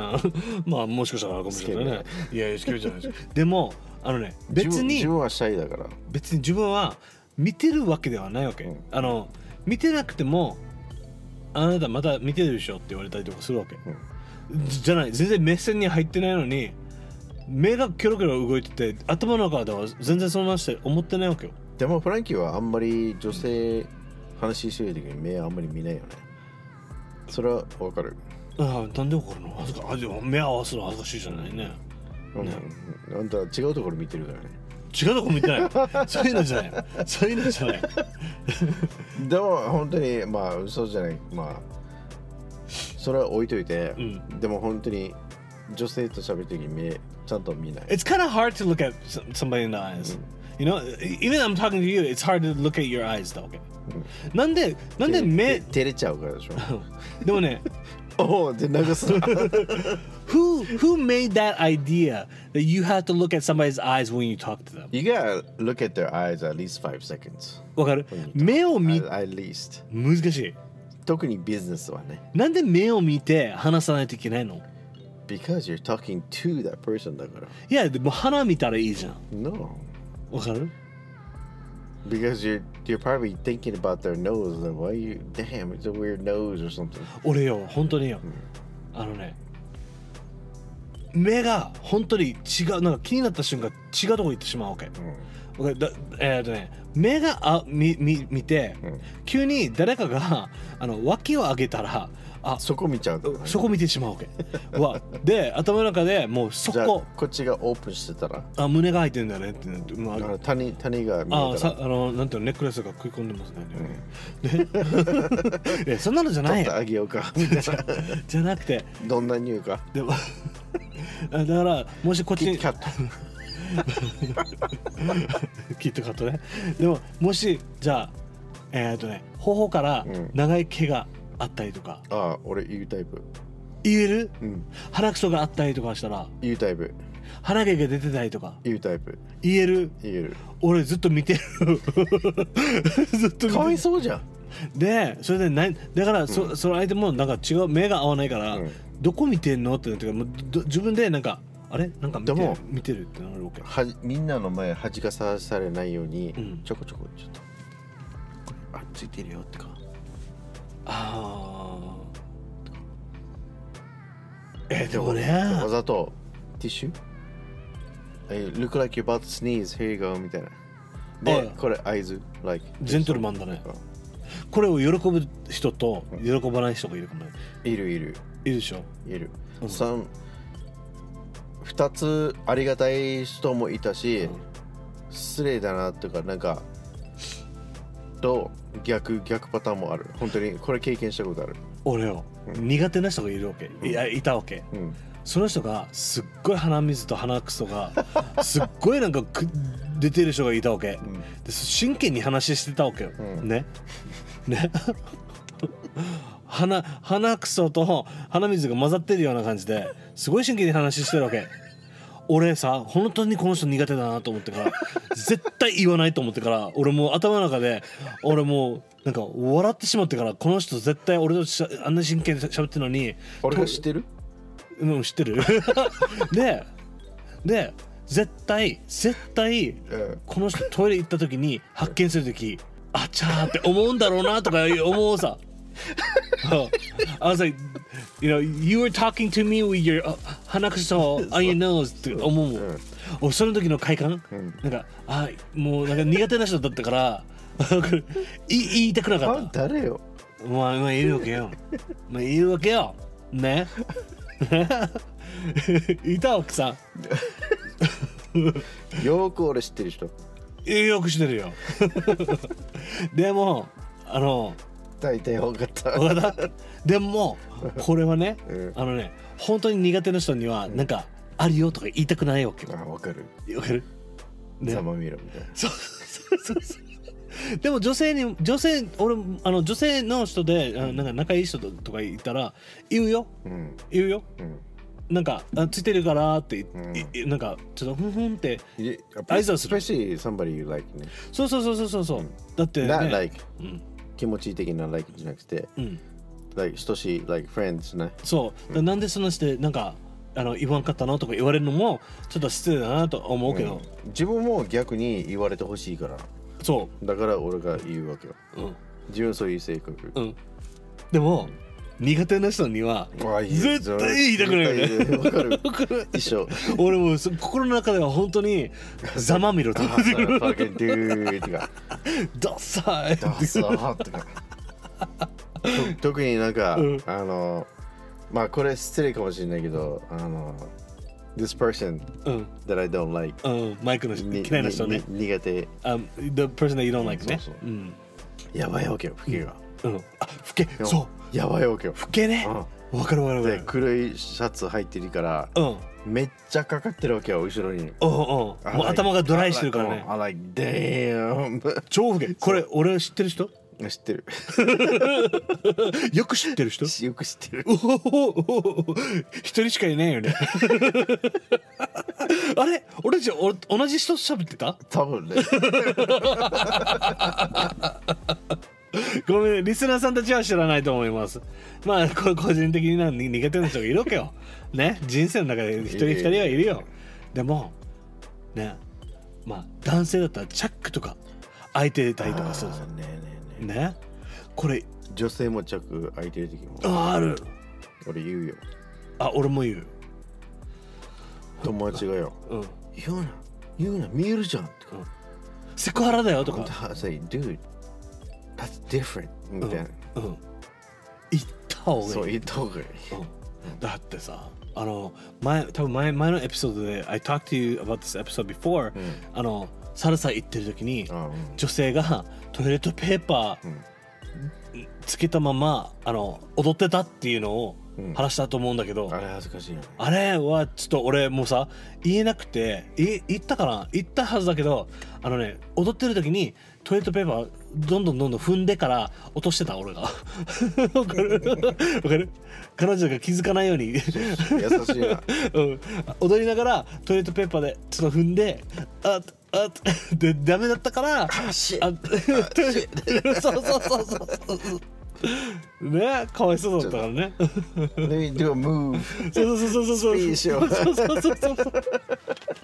[SPEAKER 2] まあもしかしたらあるかもしれないねいやいやスケベじゃないですでもあのね別に
[SPEAKER 1] 自分自分はシャイだから
[SPEAKER 2] 別に自分は見てるわけではないわけ、
[SPEAKER 1] うん
[SPEAKER 2] あの見てなくてもあなたまた見てるでしょって言われたりとかするわけ、じじゃない全然目線に入ってないのに目がキョロキョロ動いてて頭の中では全然そんなして思ってないわけよ
[SPEAKER 1] でもフランキーはあんまり女性話してる時に目あんまり見ないよねそれはわかる、
[SPEAKER 2] ああなんで怒るの恥ずかあでも目合わすの恥ずかしいじゃないね
[SPEAKER 1] うんあんた違うところ見てるからね
[SPEAKER 2] 違うとこ向いてないそういうのじゃないそういうのじゃない
[SPEAKER 1] でも本当にまあ嘘じゃないまあそれは置いといて、
[SPEAKER 2] ん
[SPEAKER 1] でも本当に女性と喋るときに見ちゃんと見ない
[SPEAKER 2] It's kind of hard to look at some- somebody in the eyes. You know, e, even I'm talking to you, it's hard to look at your eyes, though. Okay. なんで、なんで目、
[SPEAKER 1] て照れちゃうからでしょ
[SPEAKER 2] でもね、
[SPEAKER 1] おおって 流す
[SPEAKER 2] who who made that idea that you have to look at somebody's eyes when you talk to them?
[SPEAKER 1] You gotta look at their eyes at least five seconds
[SPEAKER 2] わかる？目を見
[SPEAKER 1] at, at least
[SPEAKER 2] 難しい。
[SPEAKER 1] 特にビジネスはね
[SPEAKER 2] なんで目を見て話さないといけないの？
[SPEAKER 1] because you're talking to that person だから
[SPEAKER 2] いや、でも鼻見たらいいじゃん。
[SPEAKER 1] No
[SPEAKER 2] わかる？
[SPEAKER 1] because you're you're probably thinking about their nose like why you damn it's a weird nose or something
[SPEAKER 2] 俺よ、本当によ。あのね、目が本当に違う、なんか気になった瞬間違うとこ行ってしまうわけ。わかるだえーっとね、目があみみ見て、急に誰かがあの脇を上げたら、あ
[SPEAKER 1] そこ見ちゃうからね
[SPEAKER 2] そこ見てしまうわ け。わで頭の中でもうそ
[SPEAKER 1] じゃあ
[SPEAKER 2] こ
[SPEAKER 1] こっちがオープンしてたら
[SPEAKER 2] あ胸が開いてんだねってなって、まあ
[SPEAKER 1] だから谷谷が見
[SPEAKER 2] ああ
[SPEAKER 1] えた
[SPEAKER 2] さ
[SPEAKER 1] ら
[SPEAKER 2] あのなんていうのネックレスが食い込んでますね。ね いやそんなのじゃな
[SPEAKER 1] 取
[SPEAKER 2] い
[SPEAKER 1] って
[SPEAKER 2] よ。
[SPEAKER 1] あげようか
[SPEAKER 2] じゃ なくて
[SPEAKER 1] どんな匂い か
[SPEAKER 2] でもあだからもしこっち
[SPEAKER 1] キ
[SPEAKER 2] に
[SPEAKER 1] ットカッ
[SPEAKER 2] キットカットねでももしじゃあえーっとね頬から長い毛があったりとか、
[SPEAKER 1] トああ俺言うタイプ
[SPEAKER 2] 言える、
[SPEAKER 1] うん
[SPEAKER 2] 鼻くそがあったりとかしたら
[SPEAKER 1] 言うタイプ
[SPEAKER 2] 鼻毛が出てたりとか
[SPEAKER 1] 言うタイプ
[SPEAKER 2] 言える
[SPEAKER 1] 言え る
[SPEAKER 2] 俺ずっと見てる ずっと
[SPEAKER 1] かわ
[SPEAKER 2] 見
[SPEAKER 1] い
[SPEAKER 2] て
[SPEAKER 1] そうじゃん
[SPEAKER 2] るでそれでないだからそ,、その相手もなんか違う目が合わないから、
[SPEAKER 1] うん
[SPEAKER 2] どこ見てんのってなってからもうど自分でなんかあれなんか見て
[SPEAKER 1] でも
[SPEAKER 2] 見てるってなるわけ
[SPEAKER 1] はじみんなの前恥かさされないように、
[SPEAKER 2] ん
[SPEAKER 1] ちょこちょこちょっとあついてるよってか
[SPEAKER 2] あーえー、でもね
[SPEAKER 1] わざとティッシュ Hey, Look like you're about to sneeze here you go みたいな
[SPEAKER 2] おい
[SPEAKER 1] でこれ合図 like
[SPEAKER 2] ジェントルマンだねこれを喜ぶ人と喜ばない人がいるかもね
[SPEAKER 1] いるいる
[SPEAKER 2] いるでしょ
[SPEAKER 1] いる、
[SPEAKER 2] うん
[SPEAKER 1] 三2つありがたい人もいたし、失礼だなとかなんかと逆逆パターンもある本当にこれ経験したことある、
[SPEAKER 2] 俺を苦手な人がいるわけ、いやいたわけ
[SPEAKER 1] うん、
[SPEAKER 2] その人がすっごい鼻水と鼻くそが すっごいなんかく出てる人がいたわけ、で真剣に話してたわけよ、
[SPEAKER 1] うん
[SPEAKER 2] ねね鼻鼻くそと鼻水が混ざってるような感じですごい真剣に話してるわけ俺さ本当にこの人苦手だなと思ってから絶対言わないと思ってから俺もう頭の中で俺もうなんか笑ってしまってからこの人絶対俺としゃあんな真剣に喋ってるのに
[SPEAKER 1] 俺が知ってる
[SPEAKER 2] うん、知ってる でで絶対絶対
[SPEAKER 1] うん
[SPEAKER 2] この人トイレ行った時に発見する時あちゃーって思うんだろうなとか思うさ I was like you know you were talking to me with your あ鼻くそ on your nose って思うもん
[SPEAKER 1] うん
[SPEAKER 2] 俺その時の快感、
[SPEAKER 1] ん
[SPEAKER 2] なんかあもうなんか苦手な人だったから い言いたくなかった
[SPEAKER 1] あ誰よ
[SPEAKER 2] まあ、まあ、いるわけ よ。まあ、いるわけよ。ね。 いた奥さ
[SPEAKER 1] よーく俺知ってる人
[SPEAKER 2] ん。よくしてる よ。でも、あの、
[SPEAKER 1] 大体分かった
[SPEAKER 2] わかったでも、これは ね
[SPEAKER 1] うん、
[SPEAKER 2] あのね、本当に苦手な人には、なんか、あるよとか言いたくないわけよ。
[SPEAKER 1] あ分かる
[SPEAKER 2] わかるね
[SPEAKER 1] ざまみろみたいな
[SPEAKER 2] そうそうそうそうでも女性に女性俺あの女性の人であのなんか仲いい人ととかいたら言うよ
[SPEAKER 1] うん
[SPEAKER 2] 言うよ
[SPEAKER 1] うん
[SPEAKER 2] なんかあついてるからって、い
[SPEAKER 1] うん
[SPEAKER 2] いなんかちょっとふんふんって挨
[SPEAKER 1] 挨
[SPEAKER 2] 拶する
[SPEAKER 1] Especially somebody you like ね
[SPEAKER 2] そうそうそうそうそうそう、だって、ね、
[SPEAKER 1] Not like
[SPEAKER 2] うん、
[SPEAKER 1] 気持ちいい的な like じゃなくて
[SPEAKER 2] うん、
[SPEAKER 1] like 等しい like friends ね
[SPEAKER 2] そう、だなんでそんなしてなんかあの言わんかったのとか言われるのもちょっと失礼だなと思うけど、
[SPEAKER 1] うん自分も逆に言われてほしいから
[SPEAKER 2] そ
[SPEAKER 1] だから俺が言うわけよ
[SPEAKER 2] ううん
[SPEAKER 1] 自分そういう性格
[SPEAKER 2] うんでも苦手な人には
[SPEAKER 1] あいい
[SPEAKER 2] 絶対言いたくないよね
[SPEAKER 1] 絶対言い たくないわかる一緒
[SPEAKER 2] 俺もそ心の中では本当に ざまみろと思
[SPEAKER 1] ダ
[SPEAKER 2] って
[SPEAKER 1] サ
[SPEAKER 2] くる
[SPEAKER 1] ー fucking dude とか
[SPEAKER 2] ダサい
[SPEAKER 1] ダサーとかと特になんか、
[SPEAKER 2] うん
[SPEAKER 1] あのまあこれ失礼かもしれないけどあの this person
[SPEAKER 2] うん、
[SPEAKER 1] that I don't like
[SPEAKER 2] うん、マイクの人嫌いな人ね
[SPEAKER 1] にに苦手
[SPEAKER 2] Um, the person that you don't like ね
[SPEAKER 1] そうそう
[SPEAKER 2] うん
[SPEAKER 1] やばいわけよ、フケが。
[SPEAKER 2] うんあふけそう
[SPEAKER 1] やばいわけよ。
[SPEAKER 2] ふけねわかるわかるわか
[SPEAKER 1] で、
[SPEAKER 2] る
[SPEAKER 1] 黒いシャツ入ってるから、
[SPEAKER 2] うんうん
[SPEAKER 1] めっちゃかかってるわけよ、後ろ
[SPEAKER 2] う
[SPEAKER 1] に。
[SPEAKER 2] んもう
[SPEAKER 1] I like-
[SPEAKER 2] 頭がドライしてるから
[SPEAKER 1] I
[SPEAKER 2] ね
[SPEAKER 1] like, damn.
[SPEAKER 2] 超ふけこれ俺知ってる人
[SPEAKER 1] 知ってる。
[SPEAKER 2] よく知ってる人
[SPEAKER 1] よく知ってる。
[SPEAKER 2] おほほほほ一人しかいないよね あれ俺たちお同じ人と喋ってた
[SPEAKER 1] 多分ね。
[SPEAKER 2] ごめんリスナーさんたちは知らないと思いますまあこれ個人的になに苦手な人がいるわけよね人生の中で一人二人はいるよでもねまあ男性だったらチャックとか開いてたりとかするんですよ
[SPEAKER 1] あーねえねえね
[SPEAKER 2] ねこれ
[SPEAKER 1] え女性も着空いてる時も
[SPEAKER 2] あある
[SPEAKER 1] 俺言うよ。
[SPEAKER 2] あ俺も言う
[SPEAKER 1] 友達がよ。
[SPEAKER 2] うん
[SPEAKER 1] 言うな、言うな、見えるじゃん。とか。
[SPEAKER 2] セクハラだよとか
[SPEAKER 1] I say, dude, that's different. みたいな。
[SPEAKER 2] うん言った方がいい
[SPEAKER 1] そう言った方がいい。
[SPEAKER 2] うんだってさあの前多分前前のエピソードで I talked to you about this episode before、
[SPEAKER 1] うん
[SPEAKER 2] あのサルサ行ってる時に
[SPEAKER 1] あうん
[SPEAKER 2] 女性がトイレットペーパー
[SPEAKER 1] うん
[SPEAKER 2] つけたままあの踊ってたっていうのを
[SPEAKER 1] うん
[SPEAKER 2] 話したと思うんだけど、
[SPEAKER 1] あれ恥ずかしいよね。
[SPEAKER 2] あれはちょっと俺もうさ言えなくてい言ったかな言ったはずだけどあのね踊ってる時にトイレットペーパーどんどんどんどん踏んでから落としてた俺が わかるわかる彼女が気づかないように
[SPEAKER 1] 優しいな。
[SPEAKER 2] うん、踊りながらトイレットペーパーでちょっと踏んでああでダメだったからあ
[SPEAKER 1] し
[SPEAKER 2] あそうそうそうそうそうねかわいそうだったからね
[SPEAKER 1] Let me do a move.
[SPEAKER 2] そうそうそうそうそう
[SPEAKER 1] いいでしょ
[SPEAKER 2] そうそうそうそうそうだか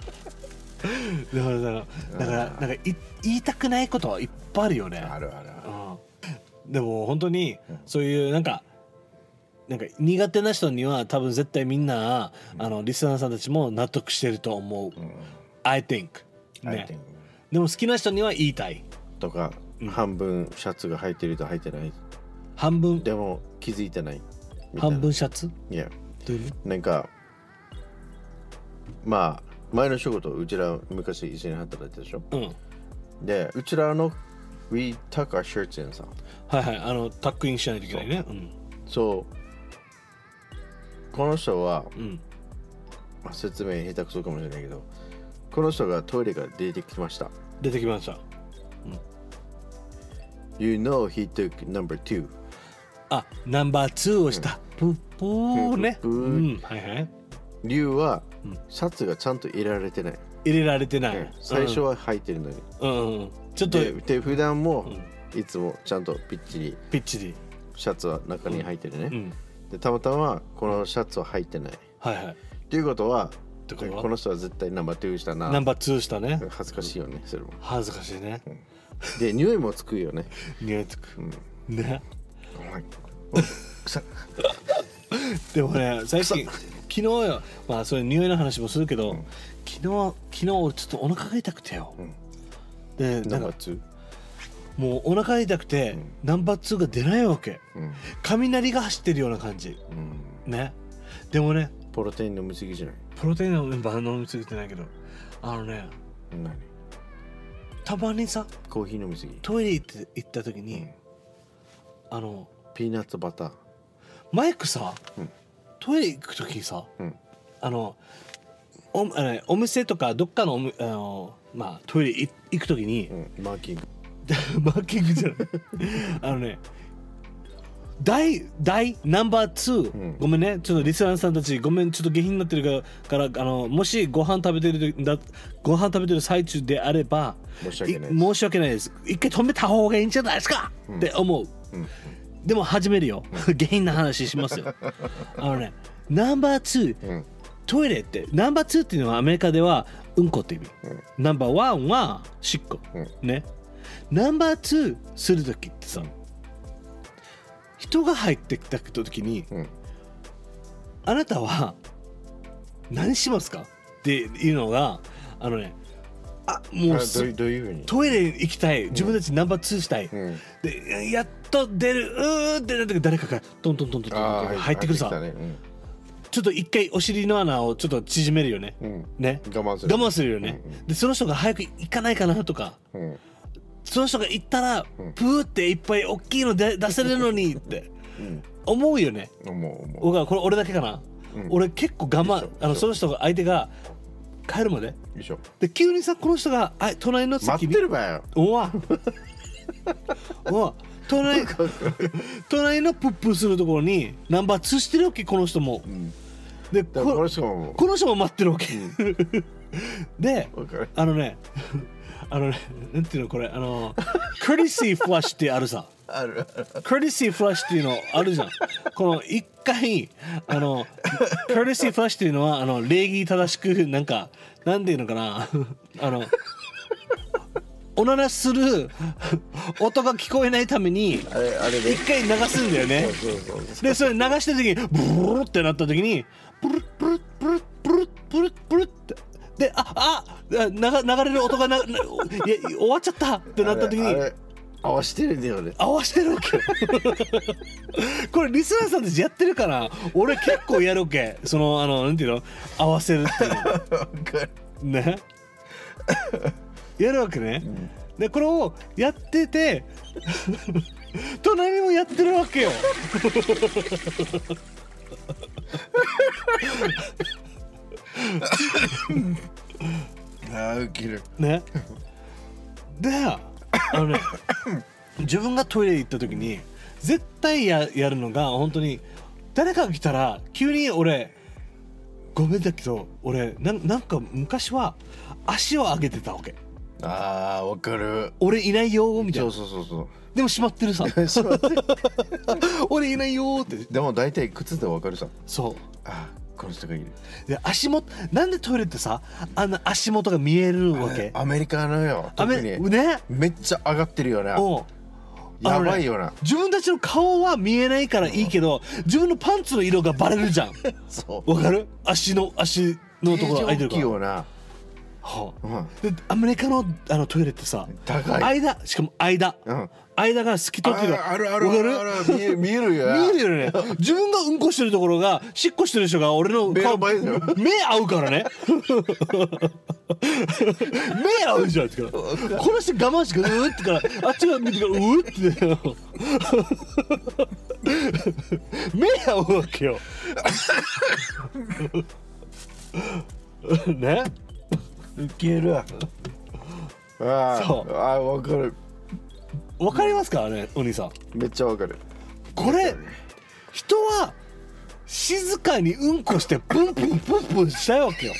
[SPEAKER 2] らだからだからなんかい言いたくないことはいっぱいあるよね
[SPEAKER 1] あるあるある。
[SPEAKER 2] うんでも本当にそういうなんかなんか苦手な人には多分絶対みんなあのリスナーさんたちも納得してると思う、I think ね
[SPEAKER 1] I think.
[SPEAKER 2] でも好きな人には言いたい
[SPEAKER 1] とか、半分シャツが入ってると入ってない。
[SPEAKER 2] 半分
[SPEAKER 1] でも気づいてない。みたいな
[SPEAKER 2] 半分シャツ
[SPEAKER 1] いや、
[SPEAKER 2] どういう
[SPEAKER 1] なんか、まあ、前の仕事、うちら昔一緒に働いてたでしょ。
[SPEAKER 2] のうん
[SPEAKER 1] で、うちらの We tuck our shirts in さ。
[SPEAKER 2] はいはいあのタックインしないといけないねうん
[SPEAKER 1] そう。この人は、
[SPEAKER 2] うん
[SPEAKER 1] まあ、説明下手くそかもしれないけど、この人がトイレから出てきました。
[SPEAKER 2] 出てきました
[SPEAKER 1] You know he took number two.
[SPEAKER 2] あナンバー2をした、プップーね
[SPEAKER 1] プップー
[SPEAKER 2] うんはいはい
[SPEAKER 1] 理由は、シャツがちゃんと入れられてない。
[SPEAKER 2] 入れられてない、
[SPEAKER 1] 最初は入ってるのに。
[SPEAKER 2] うん、うんうん、ちょっと
[SPEAKER 1] で、で普段も、いつもちゃんとぴっちり
[SPEAKER 2] ピッチリ
[SPEAKER 1] シャツは中に入ってるね。
[SPEAKER 2] うん
[SPEAKER 1] で、たまたまこのシャツは入ってない。
[SPEAKER 2] はいはい
[SPEAKER 1] っていうことは、
[SPEAKER 2] てことは
[SPEAKER 1] この人は絶対ナンバー2したな。
[SPEAKER 2] ナンバー2したね
[SPEAKER 1] 恥ずかしいよね、それも。
[SPEAKER 2] 恥ずかしいね
[SPEAKER 1] で、匂いもつくよね。
[SPEAKER 2] 匂いつく、ね
[SPEAKER 1] お前
[SPEAKER 2] でもね最近昨日よまあそういう匂いの話もするけど、昨日昨日俺ちょっとお腹が痛くてよ、でな
[SPEAKER 1] ナン
[SPEAKER 2] ん
[SPEAKER 1] バ
[SPEAKER 2] か
[SPEAKER 1] ー2。
[SPEAKER 2] もうお腹が痛くて、ナンバー2が出ないわけ
[SPEAKER 1] うん
[SPEAKER 2] 雷が走ってるような感じ
[SPEAKER 1] うん
[SPEAKER 2] ねでもね
[SPEAKER 1] プロテイン飲みすぎじゃない
[SPEAKER 2] プロテインのメンバー飲みすぎてないけどあのね
[SPEAKER 1] 何
[SPEAKER 2] たまにさ
[SPEAKER 1] コーヒー飲みすぎ。
[SPEAKER 2] トイレ行って行った時に、あの
[SPEAKER 1] ピーナッツバター。
[SPEAKER 2] マイクさ、
[SPEAKER 1] うん
[SPEAKER 2] トイレ行く時さ、
[SPEAKER 1] うん
[SPEAKER 2] あのおあのねお店とかどっかのおむあの、まあ、トイレい行く時に
[SPEAKER 1] う、ん、マーキング。
[SPEAKER 2] マーキング じゃないあのね大大ナンバー2、
[SPEAKER 1] うん
[SPEAKER 2] ごめんねちょっとリスナーさんたちごめんちょっと下品になってるからからあのもしご飯食べてる時だご飯食べてる最中であれば
[SPEAKER 1] 申し訳ないです
[SPEAKER 2] 申し訳ないです一回止めた方がいいんじゃないですか、って思う、
[SPEAKER 1] うん
[SPEAKER 2] でも始めるよ 下品な話します よあのねナンバー2、
[SPEAKER 1] うん。
[SPEAKER 2] トイレってナンバー2っていうのはアメリカではうんこって意味、ナンバーワンはしっこ、
[SPEAKER 1] う
[SPEAKER 2] ねナンバー2する時ってさ、人が入ってきた時に、
[SPEAKER 1] うん
[SPEAKER 2] あなたは何しますかっていうのがあのねあもう
[SPEAKER 1] あどうい
[SPEAKER 2] す
[SPEAKER 1] うどういうふうに
[SPEAKER 2] トイレ行きたい自分たちナンバー2したい、
[SPEAKER 1] うん。
[SPEAKER 2] でやっと出るうーってなった時誰かがトントントントントン
[SPEAKER 1] あ
[SPEAKER 2] って
[SPEAKER 1] ー
[SPEAKER 2] 入ってくるさ、
[SPEAKER 1] 入ってきたね
[SPEAKER 2] ちょっと一回お尻の穴をちょっと縮めるよね
[SPEAKER 1] うん、
[SPEAKER 2] ね
[SPEAKER 1] 我慢する
[SPEAKER 2] 我慢するよね
[SPEAKER 1] うんうん
[SPEAKER 2] でその人が早く行かないかなとか
[SPEAKER 1] うん
[SPEAKER 2] その人が行ったら
[SPEAKER 1] うん
[SPEAKER 2] プーっていっぱい大きいの で出せるのにって
[SPEAKER 1] うん
[SPEAKER 2] 思うよね
[SPEAKER 1] 思う思
[SPEAKER 2] 僕はこれ俺だけかな、
[SPEAKER 1] う、うん、
[SPEAKER 2] 俺結構我慢
[SPEAKER 1] でしょ
[SPEAKER 2] あのその人が相手が帰るまで
[SPEAKER 1] よいしょ
[SPEAKER 2] で急にさこの人があ隣の
[SPEAKER 1] 待
[SPEAKER 2] 席
[SPEAKER 1] ってればよ
[SPEAKER 2] お わおわ隣隣のプップするところにナンバー2してるわけこの人も
[SPEAKER 1] うん
[SPEAKER 2] で
[SPEAKER 1] だからこ
[SPEAKER 2] こ
[SPEAKER 1] の人も
[SPEAKER 2] この人も待ってるわけ、 で
[SPEAKER 1] 分かる
[SPEAKER 2] あのね あのねなんていうのこれあのコーティシーフラッシュってあるさ
[SPEAKER 1] あるある
[SPEAKER 2] コーティシーフラッシュっていうのあるじゃんこの一回あのコーティシーフラッシュっていうのはあの礼儀正しくなんかなんていうのかな あのおならする音が聞こえないために
[SPEAKER 1] あれあれで
[SPEAKER 2] 一回流すんだよね
[SPEAKER 1] そうそうそう
[SPEAKER 2] でそれ流してる時にブルーってなった時にプルップルップルップルップルップルッってであああ流流れる音がなないや終わっちゃったってなった時
[SPEAKER 1] あれ
[SPEAKER 2] に
[SPEAKER 1] あれ合わしてるんだよね
[SPEAKER 2] 合わしてるわけこれリスナーさんたちやってるから俺結構やるわけそのあのなんていうの合わせるっていうの
[SPEAKER 1] 分かる
[SPEAKER 2] ねやるわけね、でこれをやってて隣もやってるわけよ
[SPEAKER 1] ああウケる
[SPEAKER 2] ねであのね自分がトイレ行った時に絶対ややるのが本当に誰かが来たら急に俺ごめんだけど俺なんなんか昔は足を上げてたわけ
[SPEAKER 1] ああ分かる
[SPEAKER 2] 俺いないよーみたい
[SPEAKER 1] そ
[SPEAKER 2] な
[SPEAKER 1] うそうそうそう
[SPEAKER 2] でも 閉まってるさ俺いないよーって
[SPEAKER 1] でも大体靴で分かるさ
[SPEAKER 2] そ
[SPEAKER 1] あーこの人がいる
[SPEAKER 2] うで足元なんでトイレってさあんな足元が見えるわけ
[SPEAKER 1] アメリカのよ
[SPEAKER 2] あ
[SPEAKER 1] 特
[SPEAKER 2] め
[SPEAKER 1] に
[SPEAKER 2] ね
[SPEAKER 1] めっちゃ上がってるよな
[SPEAKER 2] うんあ
[SPEAKER 1] や
[SPEAKER 2] のね
[SPEAKER 1] ばいよな
[SPEAKER 2] 自分たちの顔は見えないからいいけど自分のパンツの色がバレる じゃん
[SPEAKER 1] そう
[SPEAKER 2] わかる足の足のところ空いてる
[SPEAKER 1] 大きい
[SPEAKER 2] から、
[SPEAKER 1] よな
[SPEAKER 2] は
[SPEAKER 1] う
[SPEAKER 2] あ
[SPEAKER 1] ん
[SPEAKER 2] でアメリカのあのトイレってさ
[SPEAKER 1] 高い
[SPEAKER 2] 間しかも間、
[SPEAKER 1] うん
[SPEAKER 2] 間が透き通ってる
[SPEAKER 1] ああるある
[SPEAKER 2] わ
[SPEAKER 1] あ
[SPEAKER 2] か
[SPEAKER 1] る
[SPEAKER 2] る
[SPEAKER 1] ある見 える見えるよな
[SPEAKER 2] 見えるよ ね自分がうんこしてるところがしっこしてる人が俺の
[SPEAKER 1] 目の
[SPEAKER 2] 顔
[SPEAKER 1] 前だよ
[SPEAKER 2] 目合うから ね目合うじゃんってからこの人我慢してくるうーってからあっちが見てからうーって目合うわ けよね
[SPEAKER 1] いけるわあ
[SPEAKER 2] そ
[SPEAKER 1] ーあーわかる
[SPEAKER 2] わかりますからねお兄さん
[SPEAKER 1] めっちゃわかる
[SPEAKER 2] これ人は静かにうんこしてプンプンプンプンしたいわけよ。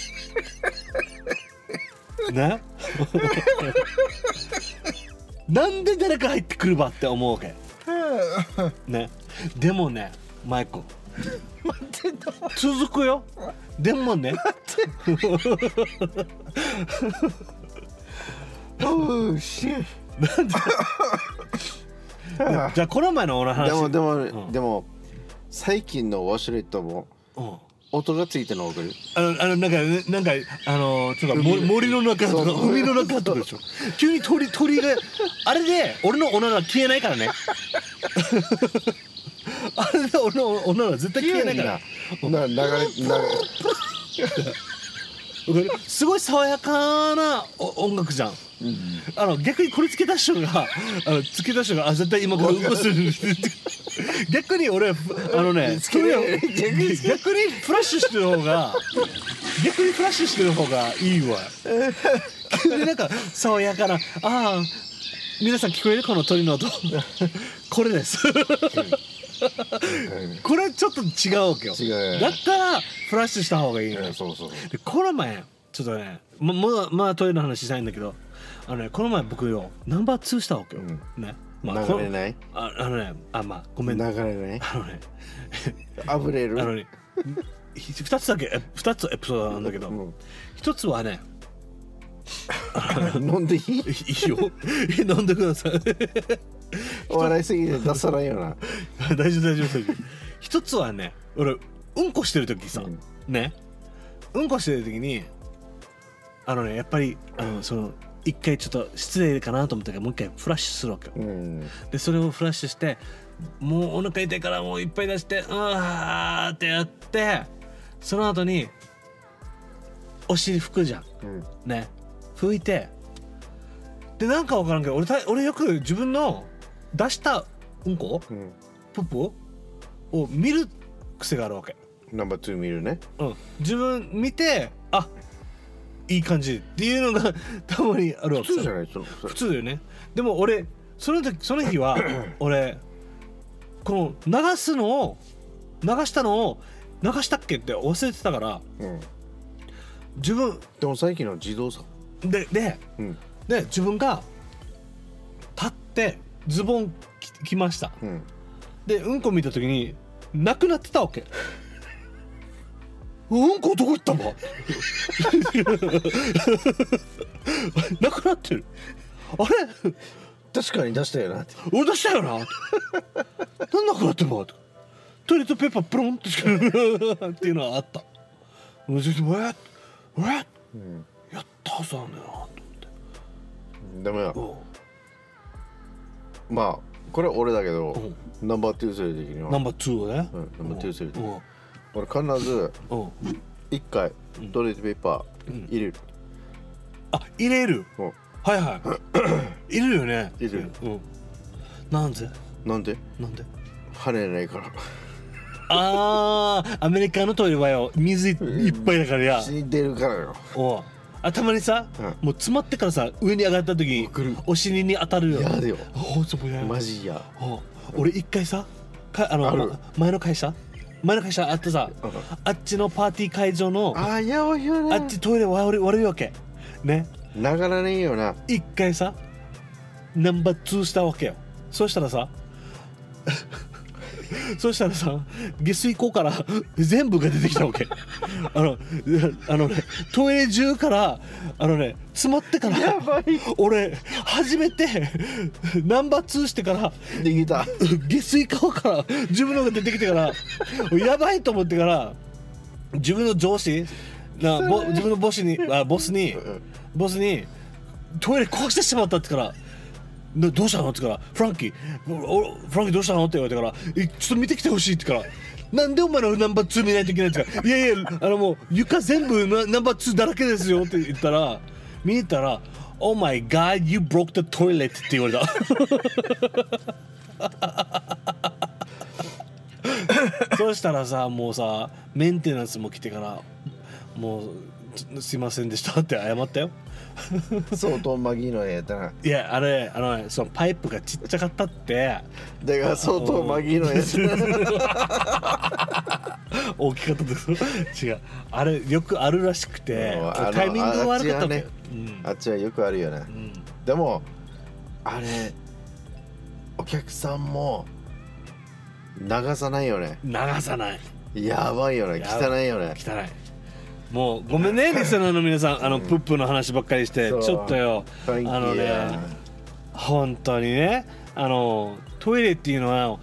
[SPEAKER 2] ね なんで誰か入ってくるばって思うわけ。ね、でもねマイ コ続くよでもね
[SPEAKER 1] おうし
[SPEAKER 2] じゃあこの前の俺の話
[SPEAKER 1] でもでも、
[SPEAKER 2] ん
[SPEAKER 1] でも最近のウォシュレットも
[SPEAKER 2] うん
[SPEAKER 1] 音がついてるのわかる
[SPEAKER 2] あの、あの、なんか、ねなんか、あの、ちょっと森、
[SPEAKER 1] 海
[SPEAKER 2] 森の中とか、
[SPEAKER 1] そう
[SPEAKER 2] 海の中とかでしょ。急に鳥、鳥が、あれで、俺のおならは消えないからね。あれで、俺のおならは絶対消えないから。
[SPEAKER 1] なな流れ流
[SPEAKER 2] わかるすごい爽やかなお音楽じゃん。あの逆にこれつけた人があのつけた人があ絶対今からうんこする逆に俺あのね
[SPEAKER 1] つけない
[SPEAKER 2] それを逆にフラッシュしてる方が逆にフラッシュしてる方がいいわ急になんか爽やかなああ皆さん聞こえるこの鳥の音これです
[SPEAKER 1] れ
[SPEAKER 2] これちょっと違うわけよ
[SPEAKER 1] 違う
[SPEAKER 2] だったらフラッシュした方がいいのよ
[SPEAKER 1] うんそうそう
[SPEAKER 2] でこの前ちょっとねままだまだトイレの話しないんだけどあのねこの前僕よナンバー2したわけよ、
[SPEAKER 1] う
[SPEAKER 2] ね
[SPEAKER 1] 流れない
[SPEAKER 2] このああのねあまあごめ
[SPEAKER 1] 流
[SPEAKER 2] んね
[SPEAKER 1] れない
[SPEAKER 2] あのね
[SPEAKER 1] あぶれ
[SPEAKER 2] あの
[SPEAKER 1] る
[SPEAKER 2] ね2つだけえ二つエピソードなんだけ
[SPEAKER 1] う
[SPEAKER 2] ど
[SPEAKER 1] ん
[SPEAKER 2] 一つはね
[SPEAKER 1] 飲んでい い
[SPEAKER 2] いいよ 飲んでください
[SPEAKER 1] 笑いすぎて出さないよな
[SPEAKER 2] 大丈夫大丈夫大丈夫一つはね俺うんこしてる時さ、
[SPEAKER 1] うん
[SPEAKER 2] ねうんこしてる時にあのねやっぱりあのその一回ちょっと失礼かなと思ったからもう一回フラッシュするわけよ、
[SPEAKER 1] うん
[SPEAKER 2] でそれをフラッシュしてもうお腹痛いからもういっぱい出してうわーってやってその後にお尻拭くじゃん
[SPEAKER 1] うん
[SPEAKER 2] ね拭いてでなんかわからんけど俺た俺よく自分の出したうんこ
[SPEAKER 1] うん
[SPEAKER 2] プップを見る癖があるわけ、
[SPEAKER 1] ナンバー2見るね
[SPEAKER 2] うん、自分見てあいい感じっていうのが たまにあるわけ
[SPEAKER 1] 普通じゃないそのそれ
[SPEAKER 2] 普通だよねでも俺その時その日 は俺この流すのを流したのを流したっけって忘れてたから
[SPEAKER 1] うん
[SPEAKER 2] 自分
[SPEAKER 1] でも最近の自動さ
[SPEAKER 2] でで
[SPEAKER 1] うん
[SPEAKER 2] で自分が立ってズボンき着ました
[SPEAKER 1] うん
[SPEAKER 2] でうんこ見た時になくなってたわけうんこどこ行ったんだ なくなってるあれ
[SPEAKER 1] 確かに出したよなって
[SPEAKER 2] 俺出したよななんなくなってるわとかトイレットペーパープロンってしかっていうのはあったもうちょっとえっえっ
[SPEAKER 1] うん
[SPEAKER 2] やったはずなんだよなと
[SPEAKER 1] ダメだ
[SPEAKER 2] 思って
[SPEAKER 1] まあこれは俺だけど
[SPEAKER 2] ん
[SPEAKER 1] ナンバー2する時に
[SPEAKER 2] うんナン
[SPEAKER 1] は
[SPEAKER 2] バー2をね、
[SPEAKER 1] うんナンバー2する時
[SPEAKER 2] うん
[SPEAKER 1] 俺必ず
[SPEAKER 2] うん
[SPEAKER 1] 一回トイレットペーパ
[SPEAKER 2] うん
[SPEAKER 1] ー入れる
[SPEAKER 2] あ入れる
[SPEAKER 1] うん
[SPEAKER 2] はいはいいるよね
[SPEAKER 1] いる
[SPEAKER 2] うん、なんで
[SPEAKER 1] なんで
[SPEAKER 2] なんで
[SPEAKER 1] 跳ねないから
[SPEAKER 2] あーアメリカのトイレはよ水いっぱいだからや
[SPEAKER 1] 死に出るからよ
[SPEAKER 2] おうあたまにさ、
[SPEAKER 1] うん
[SPEAKER 2] もう詰まってからさ上に上がった時
[SPEAKER 1] 来る
[SPEAKER 2] お尻に当たるよ
[SPEAKER 1] やだよ
[SPEAKER 2] おうそうやだ
[SPEAKER 1] マジや
[SPEAKER 2] おう俺一回さかあの
[SPEAKER 1] ある
[SPEAKER 2] ま前の会社前の会社あってさ、
[SPEAKER 1] うん
[SPEAKER 2] あっちのパーティー会場のあ
[SPEAKER 1] あーやばいよ
[SPEAKER 2] っちトイレ悪い悪いわけね
[SPEAKER 1] ながらねえよな
[SPEAKER 2] 一回さナンバー2したわけよそしたらさ そしたらさ下水口から 全部が出てきたわけあのあのねトイレ中からあのね詰まってから俺初めてナンバー2してから
[SPEAKER 1] 逃げた
[SPEAKER 2] 下水顔から自分のが出てきてからやばいと思ってから自分の上司なぼ自分のボスにあボスに
[SPEAKER 1] ん
[SPEAKER 2] ボスにトイレ壊してしまったってからなどうしたのってからフランキーおおフランキーどうしたのって言われてからえちょっと見てきてほしいってからなんでお前のナンバー2見ないといけないってからいやいやあのもう床全部ナナンバー2だらけですよって言ったら見に行ったら「Oh my god you broke the toilet」って言われた。そうしたらさもうさメンテナンスも来てからもうちすいませんでしたって謝ったよ
[SPEAKER 1] 相当マギーのやったない
[SPEAKER 2] やあれあのねそのパイプがちっちゃかったって
[SPEAKER 1] だから相当マギーのやつ
[SPEAKER 2] 大きかったです違うあれよくあるらしくて
[SPEAKER 1] もうあの
[SPEAKER 2] タイミングが悪かったわけ、
[SPEAKER 1] あっちはね
[SPEAKER 2] うん
[SPEAKER 1] あっちはよくあるよね
[SPEAKER 2] うん
[SPEAKER 1] でもあれお客さんも流さないよね
[SPEAKER 2] 流さない
[SPEAKER 1] やばいよね
[SPEAKER 2] やば
[SPEAKER 1] 汚いよね
[SPEAKER 2] 汚いもうごめんねリスナーの皆さんあの、プップの話ばっかりして
[SPEAKER 1] そう
[SPEAKER 2] ちょっとよあ
[SPEAKER 1] フランキー
[SPEAKER 2] のね
[SPEAKER 1] や
[SPEAKER 2] 本当にねあのトイレっていうのは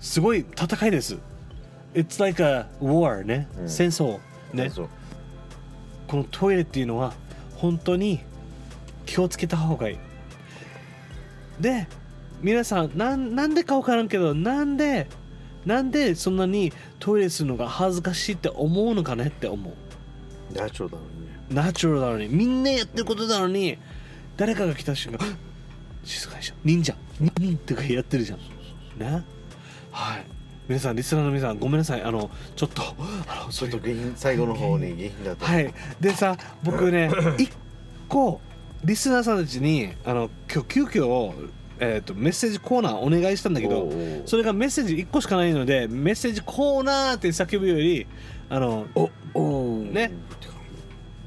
[SPEAKER 2] すごい戦いです It's like a war ね、
[SPEAKER 1] うん
[SPEAKER 2] 戦争ね
[SPEAKER 1] そう
[SPEAKER 2] このトイレっていうのは本当に気をつけた方がいいで皆さんなんなんでか分からんけどなんでなんでそんなにトイレするのが恥ずかしいって思うのかねって思う
[SPEAKER 1] ナチュラルだもんね
[SPEAKER 2] ナチュラルなのにみんなやってることなのに誰かが来た瞬間静かにしよう忍者忍とかやってるじゃんねはい皆さんリスナーの皆さんごめんなさいあのちょっとあの
[SPEAKER 1] ちょっと下品最後の方に下品だと
[SPEAKER 2] はいでさ僕 ね一個リスナーさんたちにあの今日急遽、えー、とメッセージコーナーお願いしたんだけ
[SPEAKER 1] おう
[SPEAKER 2] ど
[SPEAKER 1] おう
[SPEAKER 2] それがメッセージ1個しかないのでメッセージコーナーって叫ぶよりあの
[SPEAKER 1] おおう
[SPEAKER 2] ね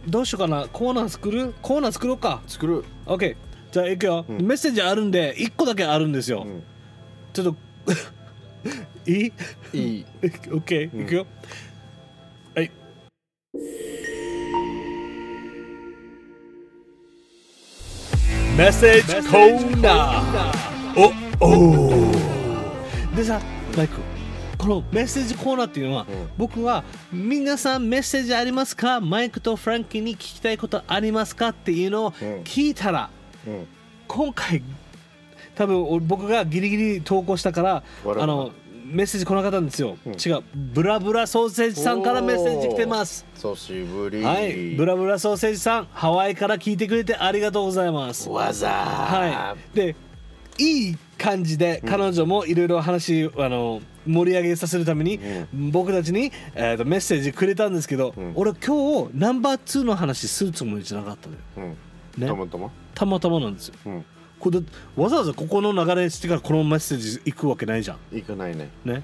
[SPEAKER 2] どうしようかなコーナー作るコーナー作ろうか
[SPEAKER 1] 作る
[SPEAKER 2] OK じゃあいくよ、
[SPEAKER 1] ん
[SPEAKER 2] メッセージあるんで1個だけあるんですよ、
[SPEAKER 1] ん
[SPEAKER 2] ちょっと いい
[SPEAKER 1] いい
[SPEAKER 2] ?OK、いくよはいメッセージコーナーおおでさマイクこのメッセージコーナーっていうのは、
[SPEAKER 1] ん
[SPEAKER 2] 僕は皆さんメッセージありますかマイクとフランキーに聞きたいことありますかっていうのを
[SPEAKER 1] うん
[SPEAKER 2] 聞いたら、
[SPEAKER 1] うん
[SPEAKER 2] 今回多分俺僕がギリギリ投稿したから
[SPEAKER 1] 笑うな
[SPEAKER 2] あのメッセージこの方なんですよ、
[SPEAKER 1] うん
[SPEAKER 2] 違うブラブラソーセージさんからメッセージ来てます
[SPEAKER 1] 久しぶり
[SPEAKER 2] はいブラブラソーセージさんハワイから聞いてくれてありがとうございます
[SPEAKER 1] わざー
[SPEAKER 2] はい、でいい感じで彼女もいろいろ話、あの盛り上げさせるために、僕たちに、えーとメッセージくれたんですけど、
[SPEAKER 1] ん
[SPEAKER 2] 俺今日ナンバー2の話するつもりじゃなかったのよ
[SPEAKER 1] うん
[SPEAKER 2] ね
[SPEAKER 1] たまたま
[SPEAKER 2] たまたまなんですよ
[SPEAKER 1] うん
[SPEAKER 2] これだわざわざここの流れしてからこのメッセージ行くわけないじゃん
[SPEAKER 1] 行かないね
[SPEAKER 2] ね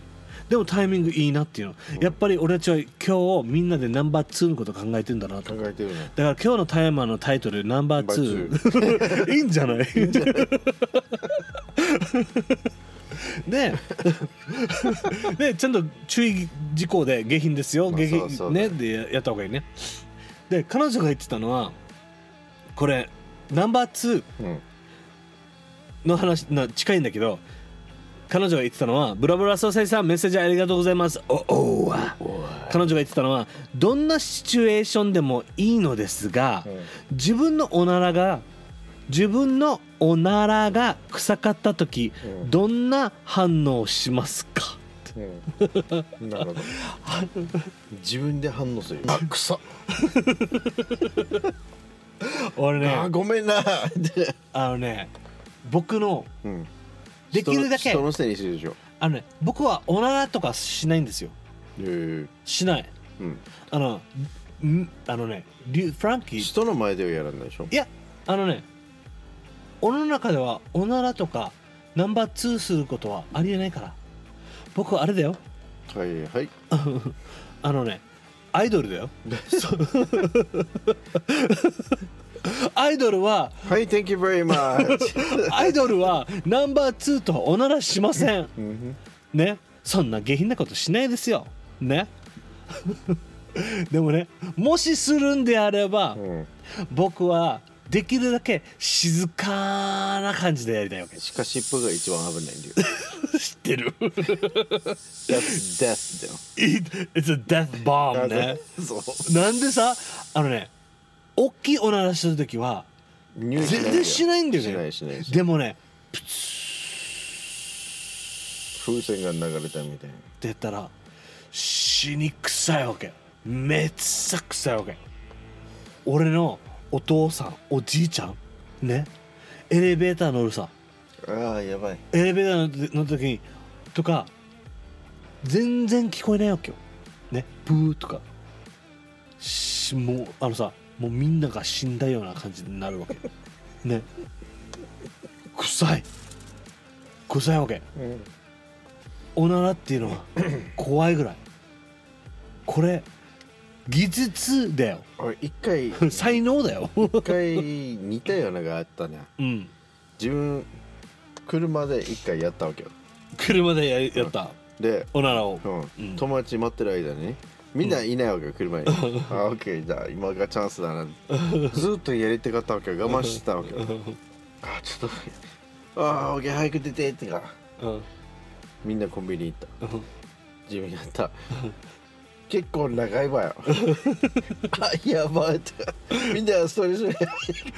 [SPEAKER 2] でもタイミングいいなっていうの、やっぱり俺たちは今日みんなでナンバー2のこと考えてんだなと
[SPEAKER 1] 考
[SPEAKER 2] だか
[SPEAKER 1] えてるね
[SPEAKER 2] ら今日のタイマーのタイトルナンバー2いいんじゃないねえねちゃんと注意事項で下品ですよ
[SPEAKER 1] まあ
[SPEAKER 2] 下
[SPEAKER 1] そうそ
[SPEAKER 2] 品
[SPEAKER 1] うだ
[SPEAKER 2] ね
[SPEAKER 1] よ
[SPEAKER 2] でややった方がいいねで彼女が言ってたのはこれナンバー2
[SPEAKER 1] うん
[SPEAKER 2] の話な近いんだけど彼女が言ってたのは「ブラブラ総裁さんメッセージありがとうございます」おおわ彼女が言ってたのは「どんなシチュエーションでもいいのですが、自分のおならが自分のおならが臭かった時、
[SPEAKER 1] うん
[SPEAKER 2] どんな反応をしますか?
[SPEAKER 1] うんなる ほど自分で反応するあくそ」
[SPEAKER 2] 俺
[SPEAKER 1] あ
[SPEAKER 2] ね
[SPEAKER 1] ごめんなって
[SPEAKER 2] あのね僕の
[SPEAKER 1] うん
[SPEAKER 2] できるだけ
[SPEAKER 1] 人の人のせいにしてるでしょ
[SPEAKER 2] あのね僕はおならとかしないんですよ
[SPEAKER 1] え
[SPEAKER 2] しない
[SPEAKER 1] えうん
[SPEAKER 2] あのんあのねリュフランキー
[SPEAKER 1] 人の前ではやらないでしょ
[SPEAKER 2] いやあのね俺の中ではおならとかナンバー2することはありえないから僕はあれだよ
[SPEAKER 1] はい はい
[SPEAKER 2] あのねアイドルだよアイドルは
[SPEAKER 1] はい Thank you very much
[SPEAKER 2] アイドルはナンバー2とはおならしません
[SPEAKER 1] うん
[SPEAKER 2] ねそんな下品なことしないですよねでもねもしするんであれば、
[SPEAKER 1] うん
[SPEAKER 2] 僕はできるだけ静かな感じでやりたいわけ
[SPEAKER 1] しかし尻尾が一番危ないんだよ
[SPEAKER 2] 知ってる
[SPEAKER 1] That's death だよ
[SPEAKER 2] It- It's a death bomb ね
[SPEAKER 1] そう
[SPEAKER 2] なんでさあのね大きいおならしてる時は
[SPEAKER 1] 全
[SPEAKER 2] 全然しないんだよね
[SPEAKER 1] しないしないしない
[SPEAKER 2] でもね
[SPEAKER 1] 風船が流れたみたいな
[SPEAKER 2] って言ったら死に臭いわけめっちゃ臭いわけ俺のお父さんおじいちゃんねエレベーター乗るさ
[SPEAKER 1] ああやばい
[SPEAKER 2] エレベーターの時にとか全然聞こえないわけよねブーとかしもうあのさもうみんなが死んだような感じになるわけね臭い臭いわけ
[SPEAKER 1] うん
[SPEAKER 2] おならっていうのは怖いぐらいこれ技術だよ
[SPEAKER 1] 俺一回
[SPEAKER 2] 才能だよ
[SPEAKER 1] 一回似たようなのがあったね
[SPEAKER 2] うん
[SPEAKER 1] 自分車で一回やったわけよ
[SPEAKER 2] 車でややった
[SPEAKER 1] で、
[SPEAKER 2] おならを
[SPEAKER 1] うん
[SPEAKER 2] ん
[SPEAKER 1] 友達待ってる間にねみんないないわけよ車に、あオッケーじゃあ今がチャンスだなずっとやりたかったわけよ我慢してたわけよあちょっとああオッケー早く出てってか
[SPEAKER 2] うん
[SPEAKER 1] みんなコンビニ行った自分やった結構長いわ よあやばいってみんなそれぞれ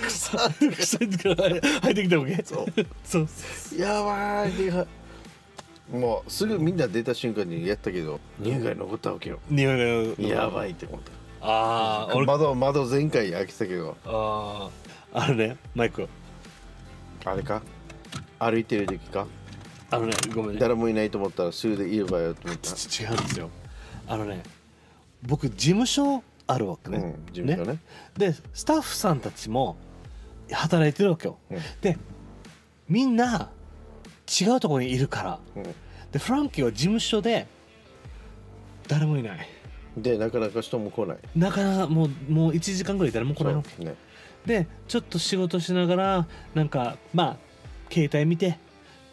[SPEAKER 1] 草
[SPEAKER 2] 臭いから入ってきたわけそうそう
[SPEAKER 1] やばいってかもうすぐみんな出た瞬間にやったけど匂いが残ったわけよ
[SPEAKER 2] 匂いが
[SPEAKER 1] やばいって思った
[SPEAKER 2] ああ俺
[SPEAKER 1] 窓窓前回開けたけど
[SPEAKER 2] あああのねマイク
[SPEAKER 1] あれか歩いてる時か
[SPEAKER 2] あのねごめんね
[SPEAKER 1] 誰もいないと思ったらすぐでいるわよと思った
[SPEAKER 2] ち違うんですよあのね僕事務所あるわけね,、
[SPEAKER 1] うん事務所ね
[SPEAKER 2] でスタッフさんたちも働いてるわけよ、
[SPEAKER 1] うん
[SPEAKER 2] でみんな違うところにいるから
[SPEAKER 1] う
[SPEAKER 2] でフランキーは事務所で誰もいない
[SPEAKER 1] んでなかなか人も来ない
[SPEAKER 2] なかなかもうもう1時間ぐらい誰も来ないわけ
[SPEAKER 1] そうね
[SPEAKER 2] でちょっと仕事しながらなんかまあ携帯見て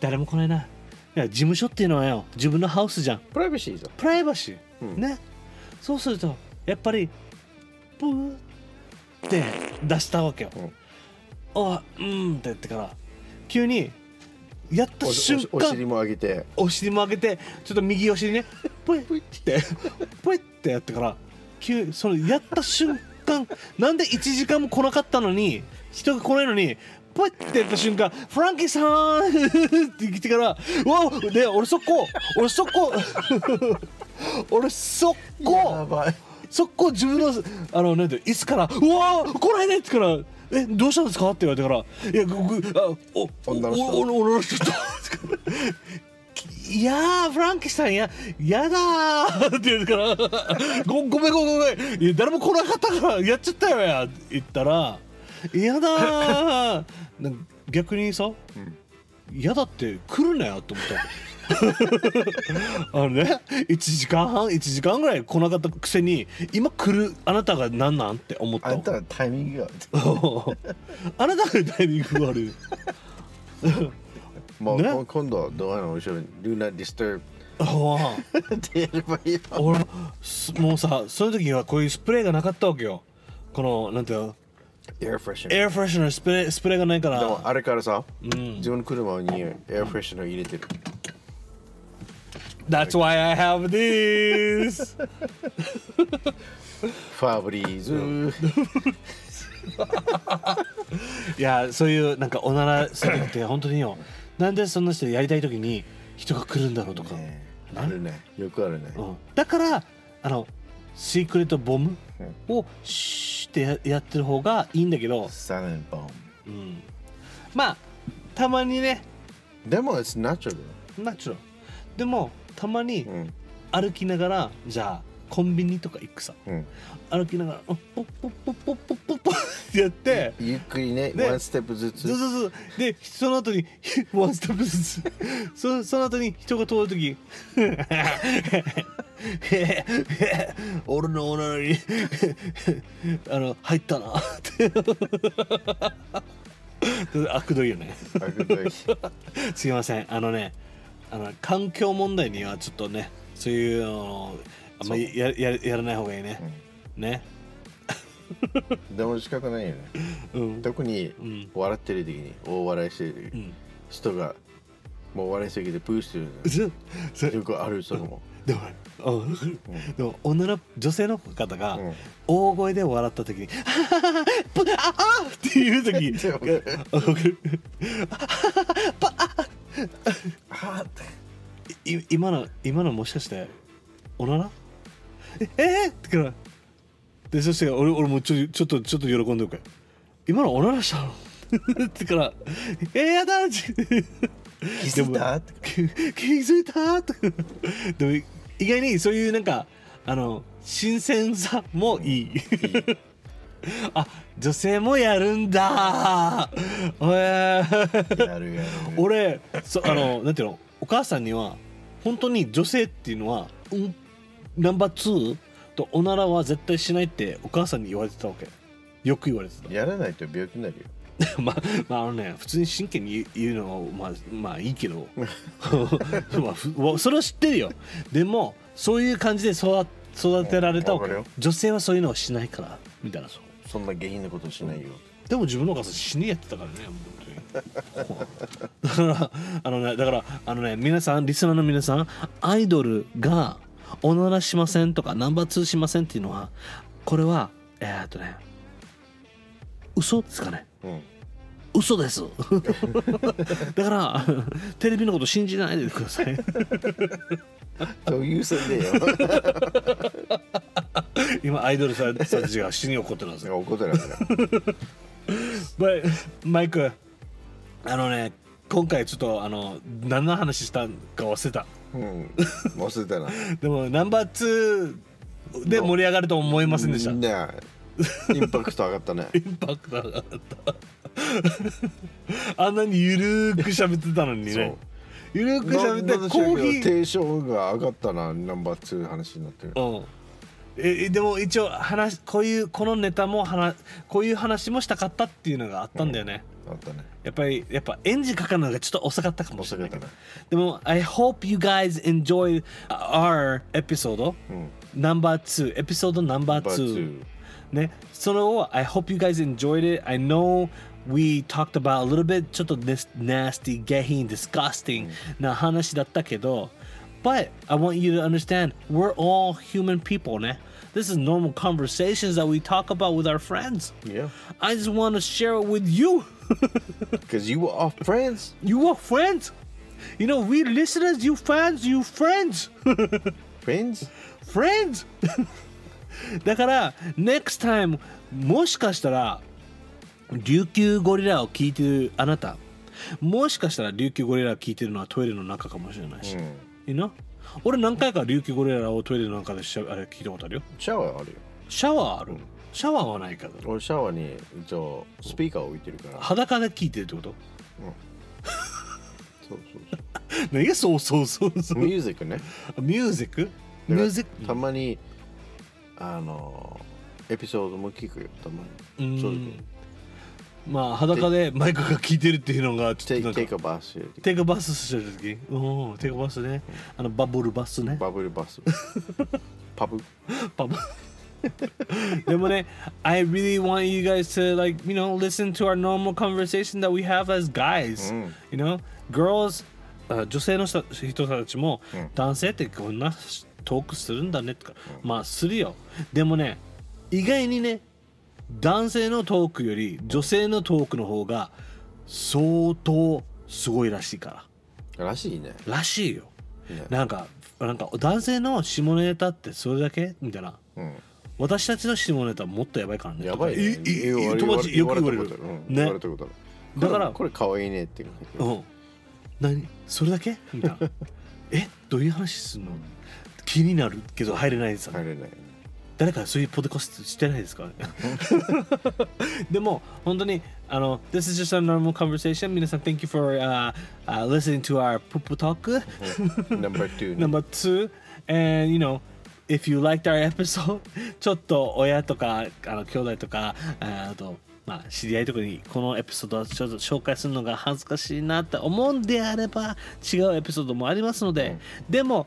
[SPEAKER 2] 誰も来ないないや事務所っていうのはよ自分のハウスじゃん
[SPEAKER 1] プライバシーじ
[SPEAKER 2] プライバシー、
[SPEAKER 1] うん
[SPEAKER 2] ねそうするとやっぱりブーって出したわけよ、
[SPEAKER 1] うん
[SPEAKER 2] あうんって言ってから急にやった
[SPEAKER 1] ゃんお
[SPEAKER 2] 瞬
[SPEAKER 1] しおしお尻
[SPEAKER 2] 間
[SPEAKER 1] も上げて
[SPEAKER 2] お尻も上げてちょっと右お尻ねポイってポイってやってから急にそのやった瞬間なんで1時間も来なかったのに人が来ないのにパッてやった瞬間「フランキーさーん! 」って来てから「うわで俺そこ俺そこ俺そ
[SPEAKER 1] や
[SPEAKER 2] こ
[SPEAKER 1] ばい
[SPEAKER 2] そこ自分のあのなんて椅子から「うわー来ないね」って言うから「えどうしたんですか?」って言われたから「いやぐぐあお
[SPEAKER 1] 女の人
[SPEAKER 2] おお女の人と」いやーフランキーさんややだーって言うからごごめんごめんごめんいや誰も来なかったからやっちゃったよや言ったらやだーなんか逆にさ嫌だって来るなよと思ったのあのね1時間半1時間ぐらい来なかったくせに今来るあなたが何なんって思った
[SPEAKER 1] あ
[SPEAKER 2] の
[SPEAKER 1] んたのタイミングが
[SPEAKER 2] あなたがタイミングが悪い
[SPEAKER 1] もう、
[SPEAKER 2] ね
[SPEAKER 1] もう今度はドアの後ろに「Do not disturb
[SPEAKER 2] あ」
[SPEAKER 1] って やればいいよ
[SPEAKER 2] あ俺すもうさそういう時にはこういうスプレーがなかったわけよこのなんていうの
[SPEAKER 1] Air freshener
[SPEAKER 2] エアフレッシュのスプレースプレーがないか
[SPEAKER 1] でも
[SPEAKER 2] ら
[SPEAKER 1] あれからさ、
[SPEAKER 2] ん
[SPEAKER 1] 自分の車にエアフレッシュの入れてる
[SPEAKER 2] That's why I have this
[SPEAKER 1] ファブリーズ
[SPEAKER 2] いやそういうなんかおならする時って本当によなんでそんな人やりたい時に人が来るんだろうとか、
[SPEAKER 1] ねあるねよくあるね、
[SPEAKER 2] うん、だからあのシークレットボムをシーってややってる方がいいんだけど、
[SPEAKER 1] サレンボン
[SPEAKER 2] うん、まあたまにね
[SPEAKER 1] でも it's natural
[SPEAKER 2] ナチュラルでもたまに
[SPEAKER 1] うん
[SPEAKER 2] 歩きながらじゃあコンビニとか行くさ
[SPEAKER 1] うん
[SPEAKER 2] 歩きながらポッポッポッポッポッポッポッポッってやって。
[SPEAKER 1] ゆっくりね
[SPEAKER 2] ね
[SPEAKER 1] ワンステップずつ
[SPEAKER 2] そうそうそうでその後に ワンステップずつそその後に人が通る時 俺のおならに あの入ったな って悪どいよね
[SPEAKER 1] あ くどい
[SPEAKER 2] すいませんあのねあの環境問題にはちょっとねそういうあのあんまりやややらない方がいいね、ね
[SPEAKER 1] でも仕方ないよね
[SPEAKER 2] うん
[SPEAKER 1] 特に
[SPEAKER 2] ん
[SPEAKER 1] 笑ってる時に大笑いしてる
[SPEAKER 2] う
[SPEAKER 1] 時
[SPEAKER 2] ん
[SPEAKER 1] 人がもう笑いすぎてプーしてるの
[SPEAKER 2] ずそれ
[SPEAKER 1] よくあるそれも
[SPEAKER 2] でも、うん、でも女の女性の方が
[SPEAKER 1] うん
[SPEAKER 2] 大声で笑った時に「ハハハハプああ!」っていう時
[SPEAKER 1] わかる
[SPEAKER 2] あわかる
[SPEAKER 1] あーって
[SPEAKER 2] い今の今のもしかしておならええー、ってからでそして俺俺もちょちょっとちょっと喜んでおくから今のおならしたの ってから「えー、やだ!」って
[SPEAKER 1] 気づいたって
[SPEAKER 2] 気気づいたとかでも意外にそういうなんかあの新鮮さもいいあ女性もやるんだえー
[SPEAKER 1] やるやる
[SPEAKER 2] 俺そあのなんていうのお母さんには本当に女性っていうのは、うん、ナンバー2とおならは絶対しないってお母さんに言われてたわけよく言われて た
[SPEAKER 1] やらないと病気になるよ
[SPEAKER 2] まあ、まあ、あのね普通に真剣に言う言うのはまあまあいいけ どまあふわそれは知ってるよでもそういう感じで育育てられたわけ
[SPEAKER 1] うんわかるよ
[SPEAKER 2] 女性はそういうのをしないからみたいなそう
[SPEAKER 1] そんな下品なことしないよ
[SPEAKER 2] でも自分のお母さん死にやってたからね本当にだからあのねだからあのね皆さんリスナーの皆さんアイドルがおならしませんとかナンバー2しませんっていうのはこれはえー、っとね嘘ですかね
[SPEAKER 1] うん
[SPEAKER 2] 嘘です だからテレビのこと信じないでください
[SPEAKER 1] そういうせんでよ
[SPEAKER 2] 今アイドルさんたちが死に怒ってるんですよ
[SPEAKER 1] 怒ってないから
[SPEAKER 2] But マイクあのね今回ちょっとあの何の話したんか忘れた
[SPEAKER 1] うん忘れたな
[SPEAKER 2] でもナンバー2で盛り上がると思いませんでした
[SPEAKER 1] ねえインパクト上がったね
[SPEAKER 2] インパクトがあったあんなにゆるーく喋ってたのにねゆるーく喋ってコーヒー
[SPEAKER 1] テンションが上がったなナンバー2の話になってる
[SPEAKER 2] うん、ええでも一応話こういうこのネタも話こういう話もしたかったっていうのがあったんだよね、
[SPEAKER 1] あったね
[SPEAKER 2] やっぱりやっぱエンジンかかるのがちょっと遅かったかもしれないけど
[SPEAKER 1] 遅か
[SPEAKER 2] でも I hope you guys enjoy our episode、ナンバー2エピソードナンバー
[SPEAKER 1] ナンバ
[SPEAKER 2] 2
[SPEAKER 1] ー
[SPEAKER 2] ねそれを I hope you guys enjoyed it I know we talked about a little bit ちょっと this nasty g a h i n disgusting な話だったけど but I want you to understand we're all human people ね This is normal conversations that we talk about with our friends.
[SPEAKER 1] Yeah.
[SPEAKER 2] I just want to share it with you.
[SPEAKER 1] Because you were off friends.
[SPEAKER 2] you are friends. You know, we listeners, you fans, you friends.
[SPEAKER 1] Friends?
[SPEAKER 2] friends だから next time もしかしたら琉球ゴリラを聞いてるあなたもしかしたら琉球ゴリラを聞いてるのはトイレの中かもしれないし、いいな俺何回か琉球ゴリラをトイレの中でしゃあれ聞いたことあるよ
[SPEAKER 1] シャワーあるよ。
[SPEAKER 2] シャワーあるシャワーはないから
[SPEAKER 1] 俺シャワーに一応スピーカーを置いてるから。
[SPEAKER 2] 裸で聞いてるってこと
[SPEAKER 1] そうそうそう。
[SPEAKER 2] 何がそうそうそうそう
[SPEAKER 1] ミュージックね。
[SPEAKER 2] ミュージックミュージッ
[SPEAKER 1] たまに、あの、エピソードも聞くよ、たま
[SPEAKER 2] うん
[SPEAKER 1] に。正直。
[SPEAKER 2] クまあ裸でマイクが聞いてるっていうのがちょっと
[SPEAKER 1] Take,
[SPEAKER 2] なんか
[SPEAKER 1] take a bus.
[SPEAKER 2] テイクバスしてる時うんテイクバスねあのバブルバスね
[SPEAKER 1] バブル バス。パブ。
[SPEAKER 2] バブ でもね I really want you guys to like you know listen to our normal conversation that we have as guys、you know girls あ女性の人人たちも、男性ってこんなトークするんだねとか、まあするよでもね意外にね男性のトークより女性のトークの方が相当すごいらしいから
[SPEAKER 1] らしいね。
[SPEAKER 2] らしいよ、
[SPEAKER 1] ね
[SPEAKER 2] なんかなんか男性の下ネタってそれだけみたいな
[SPEAKER 1] うん。
[SPEAKER 2] 私たちの下ネタもっとやばいからね
[SPEAKER 1] やばい、ね。
[SPEAKER 2] とかいいい
[SPEAKER 1] 言われ
[SPEAKER 2] 友達よく言われる
[SPEAKER 1] たことあうん言わ
[SPEAKER 2] ね
[SPEAKER 1] れたことある。
[SPEAKER 2] だから
[SPEAKER 1] これこれ可愛いねって言われ
[SPEAKER 2] う
[SPEAKER 1] て。
[SPEAKER 2] ん何それだけみたいな えどういう話するの気になるけど入れないですよね
[SPEAKER 1] 入れない。
[SPEAKER 2] 誰かそういうポッドキャストしてないです か でも本当にあの This is just a normal conversation 皆さん Thank you for、uh, uh, listening to our poop talk
[SPEAKER 1] Number two.
[SPEAKER 2] Number two, and you know, if you liked our episode, ちょっと親とかあの兄弟とかああと、まあ、知り合いとかにこのエピソードはちょっと紹介するのが恥ずかしいなって思うんであれば違うエピソードもありますので、でも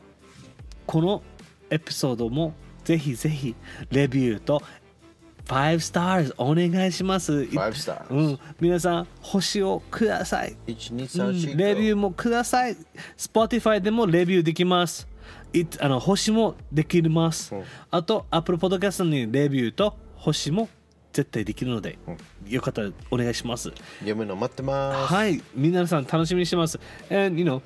[SPEAKER 2] このエピソードもぜひぜひレビューと5スターズお願いします。
[SPEAKER 1] Five stars
[SPEAKER 2] うん、皆さん星をください。
[SPEAKER 1] 一二
[SPEAKER 2] う
[SPEAKER 1] 三四
[SPEAKER 2] んレビューもください。Spotify でもレビューできます。いあの星もできます。あと、Apple Podcast にレビューと星も絶対できるので、よかったらお願いします。
[SPEAKER 1] 読むの待ってます。
[SPEAKER 2] はい、皆さん楽しみにしてます。And you know,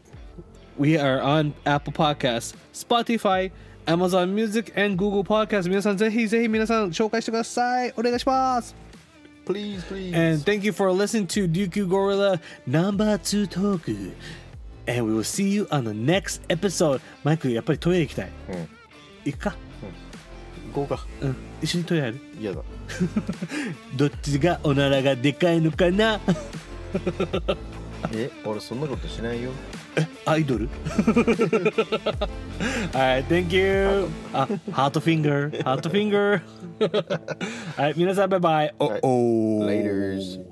[SPEAKER 2] we are on Apple Podcast, Spotify, Amazon Music and Google Podcast. 皆さんぜひぜひ皆さん紹介してください。お願いします。
[SPEAKER 1] Please, please.
[SPEAKER 2] And thank you for listening to Dooku Gorilla Number Two Toku. And we will see you on the next episode. マイク、やっぱりトイレ行きたい。
[SPEAKER 1] ん
[SPEAKER 2] 行くか、
[SPEAKER 1] 行こうか。
[SPEAKER 2] うん、一緒にトイレ入る
[SPEAKER 1] 嫌だ。
[SPEAKER 2] どっちがおならがでかいのかな
[SPEAKER 1] え、俺そんなことしないよ。
[SPEAKER 2] アイドル Alright, thank you. Ah, あ、ハートフィンガー。ハートフィンガー。はい、皆さんバイバイ。おお。
[SPEAKER 1] Laters.